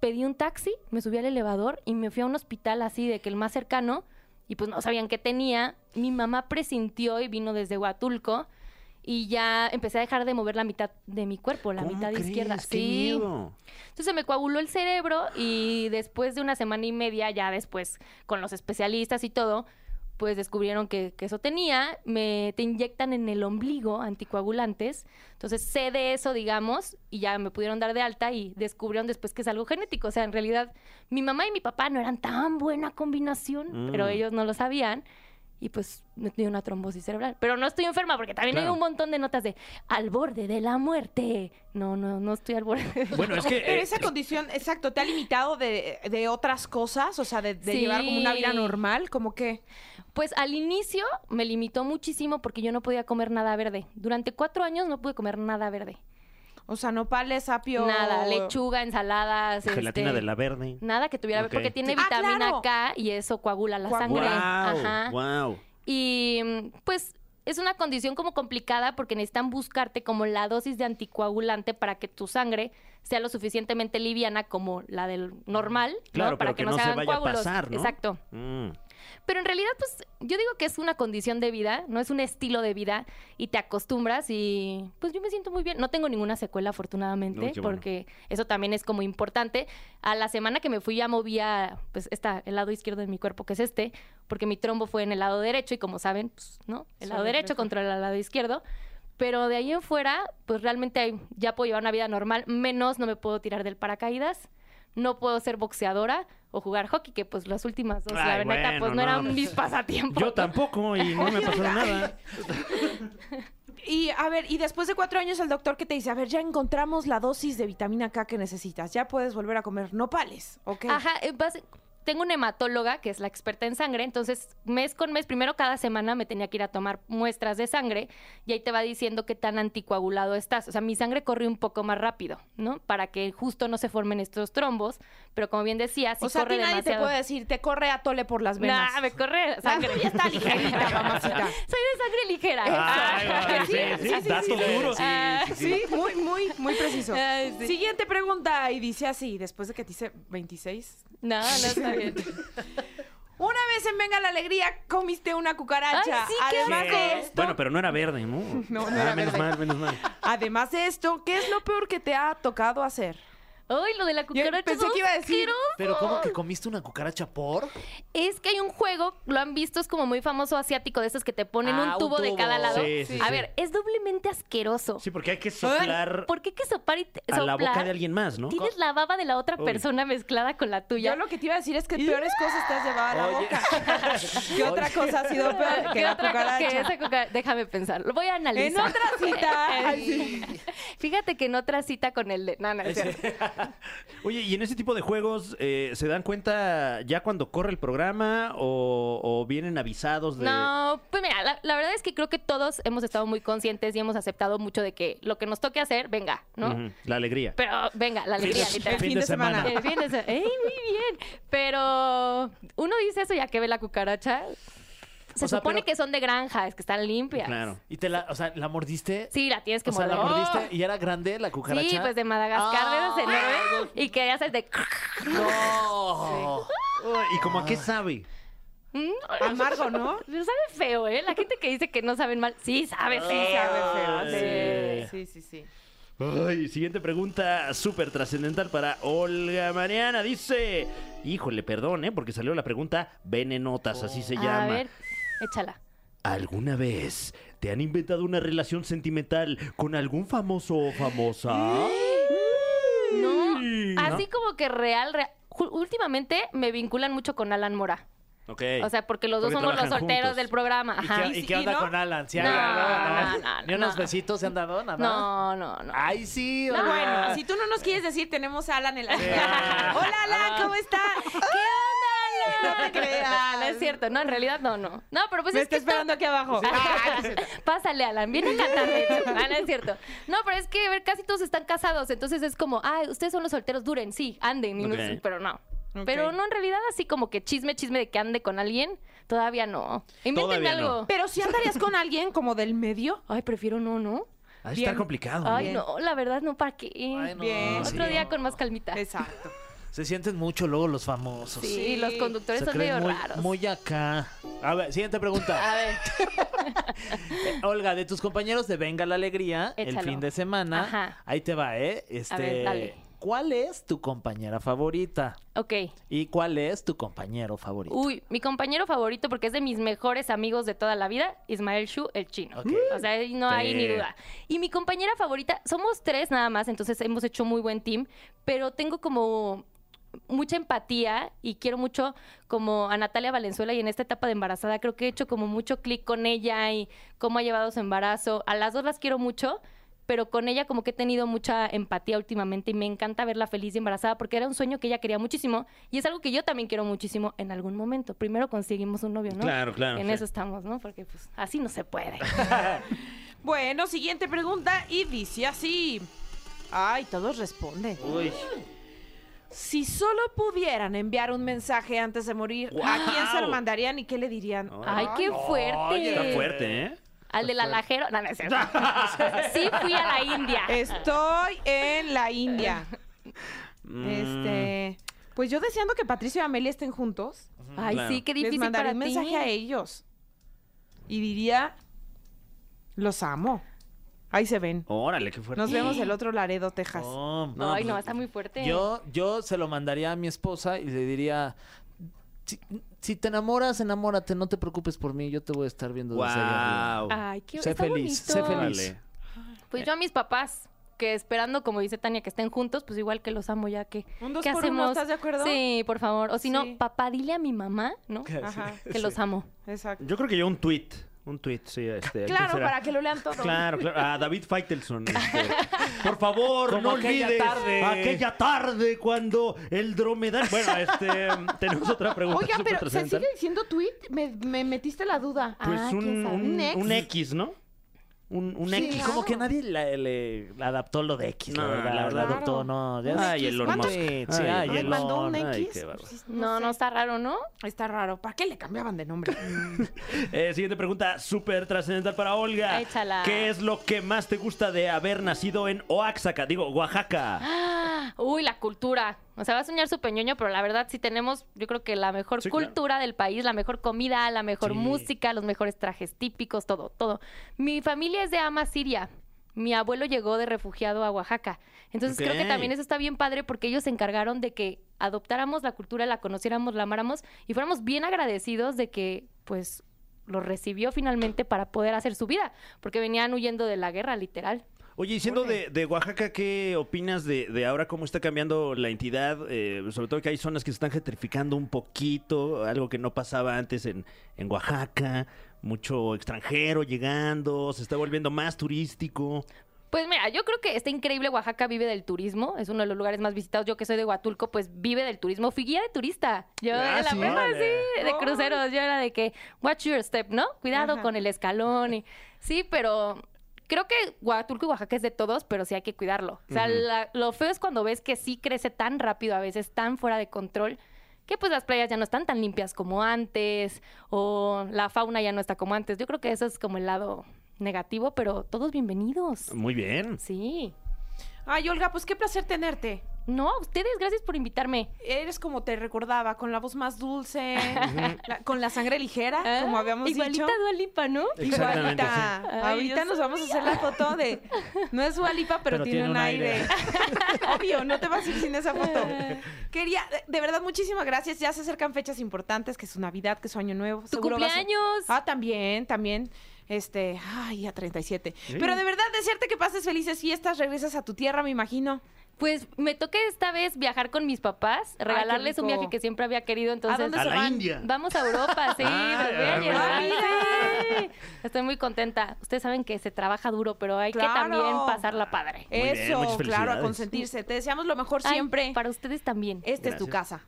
S5: pedí un taxi, me subí al elevador y me fui a un hospital así de que el más cercano y pues no sabían qué tenía. Mi mamá presintió y vino desde Huatulco y ya empecé a dejar de mover la mitad de mi cuerpo, la
S2: ¿Cómo
S5: mitad izquierda.
S2: crees? Qué
S5: sí.
S2: miedo.
S5: Entonces se me coaguló el cerebro y después de una semana y media, ya después con los especialistas y todo, pues descubrieron que, que eso tenía. Me te inyectan en el ombligo anticoagulantes. Entonces sé de eso, digamos, y ya me pudieron dar de alta y descubrieron después que es algo genético. O sea, en realidad mi mamá y mi papá no eran tan buena combinación,
S2: Mm.
S5: pero ellos no lo sabían. Y pues me dio una trombosis cerebral. Pero no estoy enferma porque también
S2: Claro.
S5: hay un montón de notas de al borde de la muerte. No, no, no estoy al borde. de la
S2: Bueno, es que...
S1: Pero
S2: eh,
S1: esa condición, exacto, ¿te ha limitado de, de otras cosas? O sea, de, de llevar como una vida
S5: Sí.
S1: normal, como que...
S5: Pues al inicio me limitó muchísimo porque yo no podía comer nada verde. Durante cuatro años no pude comer nada verde.
S1: O sea, nopales, apio...
S5: Nada, lechuga, ensaladas.
S2: gelatina
S5: este,
S2: de la verde.
S5: Nada que tuviera
S2: Ok.
S5: porque tiene
S1: Ah,
S5: vitamina
S1: claro.
S5: K y eso coagula la
S1: Coagula.
S5: sangre.
S1: Wow,
S5: Ajá.
S2: wow.
S5: Y mm, pues es una condición como complicada porque necesitan buscarte como la dosis de anticoagulante para que tu sangre sea lo suficientemente liviana como la del normal, ¿no?
S2: Claro,
S5: para
S2: pero que no se
S5: hagan
S2: vaya a
S5: coágulos.
S2: pasar, ¿no?
S5: Exacto.
S2: Mm.
S5: Pero en realidad, pues yo digo que es una condición de vida, no es un estilo de vida y te acostumbras y pues yo me siento muy bien. No tengo ninguna secuela, afortunadamente,
S2: Uy, qué bueno.
S5: porque eso también es como importante. A la semana que me fui ya movía, pues está el lado izquierdo de mi cuerpo, que es este, porque mi trombo fue en el lado derecho y como saben, pues, ¿no? El
S1: Sí,
S5: lado derecho
S1: reflejo.
S5: controla el lado izquierdo. Pero de ahí en fuera, pues realmente hay- ya puedo llevar una vida normal, menos no me puedo tirar del paracaídas, no puedo ser boxeadora o jugar hockey, que pues las últimas dos, la
S2: Ay,
S5: verdad,
S2: bueno,
S5: pues no,
S2: no,
S5: eran
S2: pues, [laughs]
S5: mis pasatiempos.
S2: Yo tampoco y no me pasó nada.
S1: Y a ver, y después de cuatro años el doctor que te dice, a ver, ya encontramos la dosis de vitamina K que necesitas, ya puedes volver a comer nopales, ¿ok?
S5: Ajá, eh, vas- tengo una hematóloga que es la experta en sangre, entonces mes con mes, primero cada semana me tenía que ir a tomar muestras de sangre y ahí te va diciendo qué tan anticoagulado estás. O sea, mi sangre corre un poco más rápido, ¿no? Para que justo no se formen estos trombos, pero como bien decía, si
S1: o sea, a
S5: corre
S1: ti nadie
S5: demasiado.
S1: te puede decir, te corre a tole por las venas. Ah,
S5: Nah, me corre sangre.
S1: ya
S5: [laughs]
S1: está ligerita, mamacita.
S5: Soy de sangre ligera.
S2: Ay, ay, sí,
S5: [laughs]
S2: sí, datos duros.
S5: Ah,
S1: Sí, muy, muy, muy preciso.
S5: Ay, sí.
S1: Siguiente pregunta, y dice así, después de que te hice 26.
S5: No, no está bien.
S1: Una vez en Venga la Alegría comiste una cucaracha.
S5: Ay, sí, qué
S1: además,
S5: asco.
S1: de esto,
S2: Bueno, pero no era verde, ¿no?
S1: No, no
S2: Ah,
S1: era
S2: menos
S1: verde.
S2: mal, menos mal.
S1: además de esto, ¿qué es lo peor que te ha tocado hacer?
S5: [laughs] Ay, lo de la cucaracha. es
S1: pensé que iba a decir-
S5: asqueroso.
S3: Pero ¿cómo que comiste una cucaracha por?
S5: Es que hay un juego, lo han visto, es como muy famoso asiático, de esos que te ponen
S3: Ah,
S5: un,
S3: un
S5: tubo de
S3: tubo.
S5: cada lado.
S2: Sí, sí,
S5: a
S2: sí.
S5: ver, es doblemente asqueroso.
S2: Sí, porque hay que soplar
S5: ¿Por qué hay que sopar y te-
S2: a la boca
S5: soplar?
S2: de alguien más, ¿no?
S5: Tienes la baba de la otra
S2: Uy.
S5: persona mezclada con la tuya.
S1: Yo lo que te iba a decir es que peores cosas te has llevado a la boca. [laughs] ¿Qué otra cosa ha sido peor
S5: [laughs]
S1: que
S5: ¿Qué
S1: la
S5: otra cosa que
S1: cucaracha?
S5: esa cucara- Déjame pensar. Lo voy a analizar.
S1: En otra cita. Ay, sí.
S5: [laughs] Fíjate que en otra cita con el de. No, no, es cierto.
S2: Oye, ¿y en ese tipo de juegos eh, se dan cuenta ya cuando corre el programa o, o vienen avisados de...?
S5: No, pues mira, la, la verdad es que creo que todos hemos estado muy conscientes y hemos aceptado mucho de que lo que nos toque hacer, venga, ¿no?
S2: Ujú, La alegría.
S5: Pero venga, la alegría,
S1: El
S3: [laughs]
S5: literal.
S1: fin de semana.
S5: El fin de se- ¡Ey, muy bien! Pero uno dice eso ya que ve la cucaracha. Se
S3: O sea,
S5: supone
S3: pero-
S5: que son de granja, es que están limpias.
S2: Claro.
S3: Y te la, o sea, la mordiste.
S5: Sí, la tienes que
S3: o sea, la
S5: morder.
S3: mordiste y era grande la cucaracha.
S5: "Oh".
S3: Ah.
S5: Sí, pues de Madagascar, de esas enormes. Y que haces de...
S3: No.
S2: Oh. ¿Y como
S1: Ah.
S2: a qué sabe?
S1: Amargo, ¿no?
S5: Pero [laughs] sabe feo, ¿eh? La gente que dice que no saben mal, sí sabe feo.
S1: Sí, sabe feo.
S2: Ay.
S1: Sí, sí, sí. sí.
S2: Ay, siguiente pregunta súper trascendental para Olga Mariana. Dice, híjole, perdón, ¿eh? porque salió la pregunta venenotas, así se
S5: A
S2: llama.
S5: ver, échala.
S2: ¿Alguna vez te han inventado una relación sentimental con algún famoso o
S5: [gasps]
S2: famosa?
S5: No,
S2: Sí,
S5: así como que real, real. Ju- Últimamente me vinculan mucho con Alan Mora.
S2: Ok.
S5: O sea, porque los dos
S2: Porque
S5: somos los
S2: trabajan
S5: solteros
S2: juntos.
S5: del programa.
S3: ¿Y
S5: Ajá.
S3: qué, y
S1: si-
S3: qué
S1: y
S3: onda
S1: no?
S3: con Alan? Sí,
S5: No,
S3: ah,
S5: no, no,
S3: Ni unos
S5: no.
S3: besitos se han dado, nada más.
S5: No, no,
S2: Ah.
S5: no.
S3: Ay, sí.
S5: No,
S3: oiga.
S1: Bueno, si tú no nos quieres decir, tenemos a Alan en la línea. Hola, Alan, ¿cómo está?
S5: ¿Qué onda, Alan? Ah,
S1: No te
S5: [laughs]
S1: creas.
S5: No, no es cierto. No, en realidad no, no. No, pero pues
S1: Me
S5: es
S1: está
S5: que esto- [laughs]
S1: esperando aquí abajo. Ah, no es cierto.
S5: Pásale, Alan, viene a cantarme. Ah, no es cierto. No, pero es que a ver, casi todos están casados, entonces es como, ay, ustedes son los solteros, duren, sí, anden, y no-
S2: Ok.
S5: pero no.
S1: Ok.
S5: Pero no, en realidad, así como que chisme, chisme de que ande con alguien, todavía no. Invéntenme
S2: Todavía no.
S5: algo.
S1: Pero si andarías con alguien como del medio.
S5: Ay, prefiero no, ¿no?
S2: Ha de
S1: bien.
S2: estar complicado. ¿eh? ¿no?
S5: Ay, no, la verdad, no, ¿para qué?
S3: Ah, Ay, no,
S1: Bien.
S3: sí,
S5: Otro día
S3: no.
S5: con más calmita.
S1: Exacto.
S3: Se sienten mucho luego los famosos.
S5: Sí,
S1: Sí.
S5: los conductores
S3: Se
S5: son
S3: creen
S5: medio
S3: muy,
S5: raros. Ah.
S3: muy acá. A ver, siguiente pregunta.
S5: A ver,
S3: Eh, Olga, de tus compañeros de Venga la Alegría, el
S5: Échalo.
S3: fin de semana.
S5: Ajá.
S3: Ahí te va, ¿eh? Este,
S5: ver, dale.
S3: ¿Cuál es tu compañera favorita?
S5: ok.
S3: ¿Y cuál es tu compañero favorito?
S5: Uy, mi compañero favorito, porque es de mis mejores amigos de toda la vida, Ismael Shu, el chino.
S3: Ok.
S5: O sea, ahí no hay
S2: Sí.
S5: ni duda. Y mi compañera favorita, somos tres nada más, entonces hemos hecho muy buen team, pero tengo como mucha empatía y quiero mucho como a Natalia Valenzuela y en esta etapa de embarazada creo que he hecho como mucho clic con ella y cómo ha llevado su embarazo. A las dos las quiero mucho, pero con ella como que he tenido mucha empatía últimamente y me encanta verla feliz y embarazada porque era un sueño que ella quería muchísimo y es algo que yo también quiero muchísimo en algún momento. Primero conseguimos un novio, ¿no?
S2: Claro, claro,
S5: En
S2: sí.
S5: eso estamos, ¿no? Porque pues así no se puede.
S1: Bueno, siguiente pregunta y dice así. Ay, todos responden.
S2: Uy.
S1: Si solo pudieran enviar un mensaje antes de morir, ¿a quién se lo
S2: ¡Guau!
S1: mandarían y qué le dirían?
S5: Ay, qué fuerte.
S2: Está fuerte, ¿eh?
S5: Al del alajero. No, no es cierto.
S3: [laughs]
S5: sí fui a la India.
S1: Estoy en la India.
S2: Mm.
S1: Este, pues yo deseando que Patricio y Amelia estén juntos,
S5: Ay,
S2: Claro.
S5: sí, qué
S1: les
S5: difícil
S1: mandaré
S5: para
S1: un
S5: ti.
S1: mensaje a ellos y diría, los amo. Ahí se ven.
S2: Mm, Órale, qué fuerte. Oh,
S1: Nos vemos el otro Laredo, Texas.
S3: No, no,
S5: Ay,
S3: pues,
S5: no, está muy fuerte.
S3: Yo, yo se lo mandaría a mi esposa y le diría: si, si te enamoras, enamórate, no te preocupes por mí, yo te voy a estar viendo desde allá arriba".
S2: Wow.
S5: Ay, qué
S3: Sé
S5: está
S3: feliz, sé
S5: bonito.
S3: feliz.
S2: Órale.
S5: Pues yo a mis papás, que esperando, como dice Tania, que estén juntos, pues igual que los amo ya que.
S1: Un dos
S5: ¿qué
S1: por uno,
S5: hacemos?
S1: ¿estás de acuerdo?
S5: Sí, por favor. O si
S1: Sí.
S5: no, papá, dile a mi mamá,
S3: [laughs]
S5: ¿no?
S1: Ajá,
S5: Que los amo.
S2: [laughs]
S1: exacto.
S2: Yo creo que yo un tweet. Un tweet, sí. Este, ¿quién
S1: Claro,
S2: será?
S1: para que lo lean todos.
S2: Claro, claro. A David Feitelson. este, Por favor,
S3: Como
S2: no
S3: aquella
S2: olvides
S3: tarde.
S2: aquella tarde cuando el dromedario. Bueno, este, tenemos otra pregunta.
S1: Oigan,
S2: súper
S1: pero ¿se
S2: trascendental.
S1: sigue diciendo tweet? Me, me metiste la duda.
S2: Pues
S5: Ah, ¿quién
S2: un,
S5: sabe?
S2: un-
S1: Un ex.
S2: un X, ¿no? Un, un
S3: Sí, Ah,
S2: X.
S3: como que nadie la- le adaptó lo de X,
S2: No,
S3: la verdad.
S2: la
S3: La
S2: verdad.
S3: adaptó, no. ya
S2: Ay,
S3: sé.
S2: Ah, el Elon
S1: ¿Cuántos-
S2: Musk.
S3: Sí, sí,
S2: Ay,
S3: ay,
S1: Ay,
S3: Elon.
S1: mandó un
S2: Ay,
S1: X.
S2: qué bárbaro.
S1: Pues,
S5: No, no,
S1: sé.
S5: está raro, ¿no?
S1: Está raro. ¿Para qué le cambiaban de nombre?
S2: Eh, siguiente pregunta, súper trascendental para Olga.
S5: Échala.
S2: ¿Qué es lo que más te gusta de haber nacido en Oaxaca? Digo, Oaxaca.
S5: Uy, la cultura. O sea, va a soñar su peñoño, pero la verdad sí tenemos, yo creo que la mejor
S2: Sí, claro.
S5: cultura del país, la mejor comida, la mejor música, los mejores trajes típicos, todo, todo. Mi familia es de Ama Siria. Mi abuelo llegó de refugiado a Oaxaca. Entonces creo que
S2: Ok.
S5: también eso está bien padre porque ellos se encargaron de que adoptáramos la cultura, la conociéramos, la amáramos y fuéramos bien agradecidos de que, pues, lo recibió finalmente para poder hacer su vida, porque venían huyendo de la guerra, literal.
S2: Oye, y siendo de, de Oaxaca, ¿qué opinas de, de ahora cómo está cambiando la entidad? Eh, sobre todo que hay zonas que se están gentrificando un poquito, algo que no pasaba antes en, en Oaxaca. Mucho extranjero llegando, se está volviendo más turístico.
S5: Pues mira, yo creo que está increíble. Oaxaca vive del turismo. Es uno de los lugares más visitados. Yo que soy de Huatulco, pues vive del turismo. Fui guía de turista. Yo
S3: Ah,
S5: en la
S3: sí.
S5: prepa,
S3: Órale.
S5: sí, de cruceros. Yo era de que, watch your step, ¿no? Cuidado
S1: Ajá.
S5: con el escalón. y- Sí, pero creo que Huatulco y Oaxaca es de todos, pero sí hay que cuidarlo. O sea, la- lo feo es cuando ves que sí crece tan rápido, a veces tan fuera de control, que pues las playas ya no están tan limpias como antes o la fauna ya no está como antes. Yo creo que eso es como el lado negativo, pero todos bienvenidos.
S2: Muy bien.
S5: Sí.
S1: [laughs] Ay, Olga, pues qué placer tenerte.
S5: No, a ustedes, gracias por invitarme.
S1: Eres como te recordaba, con la voz más dulce, la- con la sangre ligera,
S5: Ah,
S1: como habíamos
S5: Igualita
S1: dicho.
S5: Dua Lipa, ¿no?
S2: Exactamente,
S1: Igualita.
S5: sí. Ay,
S1: Ahorita
S5: yo
S1: nos vamos a hacer la foto de. No es Dualipa, pero, tiene, un aire. [laughs] Obvio, no te vas a ir sin esa
S5: [laughs]
S1: foto. Quería, de verdad, muchísimas gracias. Ya se acercan fechas importantes, que es su Navidad, que es su Año Nuevo.
S5: Tu
S1: Seguro vas a-
S5: cumpleaños.
S1: Ah, también, también. Este, ay, a 37. Pero de verdad, desearte que pases felices fiestas, regresas a tu tierra, me imagino.
S5: Pues me toqué esta vez viajar con mis papás,
S1: Ay,
S5: regalarles
S1: qué
S5: un
S1: rico.
S5: viaje que siempre había querido. Entonces,
S1: dónde
S2: A se la van? India.
S5: Vamos a Europa, sí,
S2: Ah,
S5: los voy
S2: ah,
S5: a llevar.
S1: mira.
S5: sí. Estoy muy contenta. Ustedes saben que se trabaja duro, pero hay
S1: Claro.
S5: que también pasarla padre.
S2: Muy bien,
S1: Eso, claro, a
S2: muchas felicidades.
S1: consentirse. Te deseamos lo mejor
S5: Ay,
S1: siempre.
S5: para ustedes también.
S1: Esta es tu casa.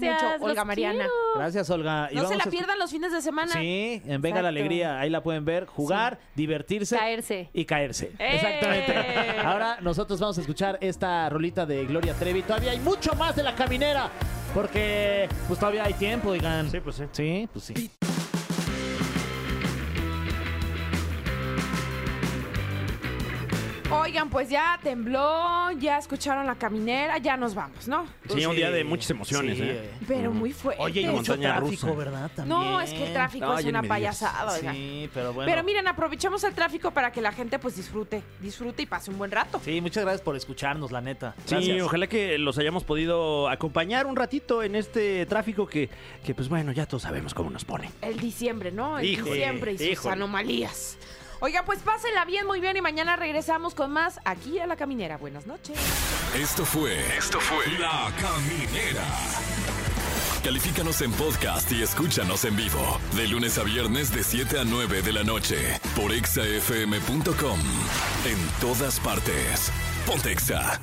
S1: Te queremos mucho,
S5: los
S1: Olga Mariana.
S5: quiero.
S3: Gracias, Olga. Y
S1: No se
S3: vamos
S1: la
S3: a-
S1: pierdan los fines de semana.
S3: Sí, en Venga
S5: Exacto.
S3: la Alegría, ahí la pueden ver, jugar, divertirse.
S5: Caerse.
S3: Y caerse.
S5: ¡Eh!
S3: Exactamente. [laughs]
S1: Eh.
S3: Ahora nosotros vamos a escuchar esta rolita de Gloria Trevi. Todavía hay mucho más de la caminera, porque pues todavía hay tiempo, oigan.
S2: Sí, pues sí.
S3: Sí, pues sí.
S1: Oigan, pues ya tembló, ya escucharon la caminera, ya nos vamos, ¿no?
S2: Sí, un día de muchas emociones,
S3: Sí,
S2: ¿eh?
S1: Pero muy fuerte.
S3: Oye, y
S2: La
S3: mucho
S2: montaña
S3: tráfico,
S2: rusa.
S3: ¿verdad?
S1: no,
S3: También.
S1: es que el tráfico
S2: No,
S1: es
S2: ya ni
S1: una
S2: me digas.
S1: payasada, oigan.
S3: Sí, pero bueno.
S1: Pero miren, aprovechamos el tráfico para que la gente pues disfrute, disfrute y pase un buen rato.
S3: Sí, muchas gracias por escucharnos, la neta.
S2: Sí,
S3: Gracias.
S2: ojalá que los hayamos podido acompañar un ratito en este tráfico que, que pues bueno, ya todos sabemos cómo nos pone.
S1: El diciembre, ¿no? El
S2: Híjole,
S1: diciembre y sus
S2: híjole.
S1: anomalías. Oigan, pues pásenla bien, muy bien y mañana regresamos con más aquí a la caminera. Buenas noches.
S6: Esto fue. Esto fue. La Caminera. Califícanos en podcast y escúchanos en vivo. De lunes a viernes, de 7 a 9 de la noche. Por exafm.com. En todas partes. Pontexa.